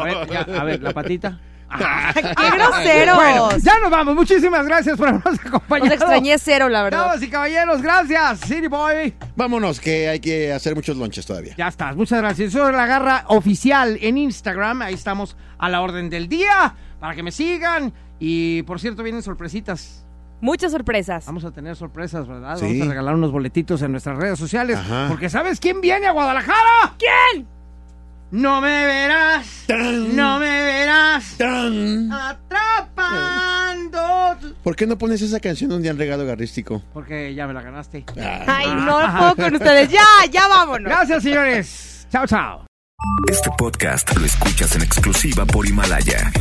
Speaker 4: ver, ya, a ver, la patita.
Speaker 5: ¡Qué groseros!
Speaker 4: Bueno, ya nos vamos. Muchísimas gracias por habernos acompañado.
Speaker 5: los extrañé cero, la verdad.
Speaker 4: Damas y caballeros, gracias, Siri Boy.
Speaker 6: Vámonos, que hay que hacer muchos lonches todavía.
Speaker 4: Ya estás, muchas gracias. Eso es la garra oficial en Instagram. Ahí estamos a la orden del día para que me sigan. Y por cierto, vienen sorpresitas.
Speaker 5: Muchas sorpresas.
Speaker 4: Vamos a tener sorpresas, ¿verdad?
Speaker 6: Sí.
Speaker 4: Vamos a regalar unos boletitos en nuestras redes sociales.
Speaker 6: Ajá.
Speaker 4: Porque ¿sabes quién viene a Guadalajara?
Speaker 5: ¿Quién?
Speaker 4: No me verás.
Speaker 6: ¡Tarán!
Speaker 4: No me verás.
Speaker 6: ¡Tarán!
Speaker 4: Atrapando.
Speaker 6: ¿Por qué no pones esa canción un día en regalo garrístico?
Speaker 4: Porque ya me la ganaste.
Speaker 5: Ay, no puedo con ustedes. Ya, ya vámonos.
Speaker 4: Gracias, señores. Chao, chao.
Speaker 2: Este podcast lo escuchas en exclusiva por Himalaya.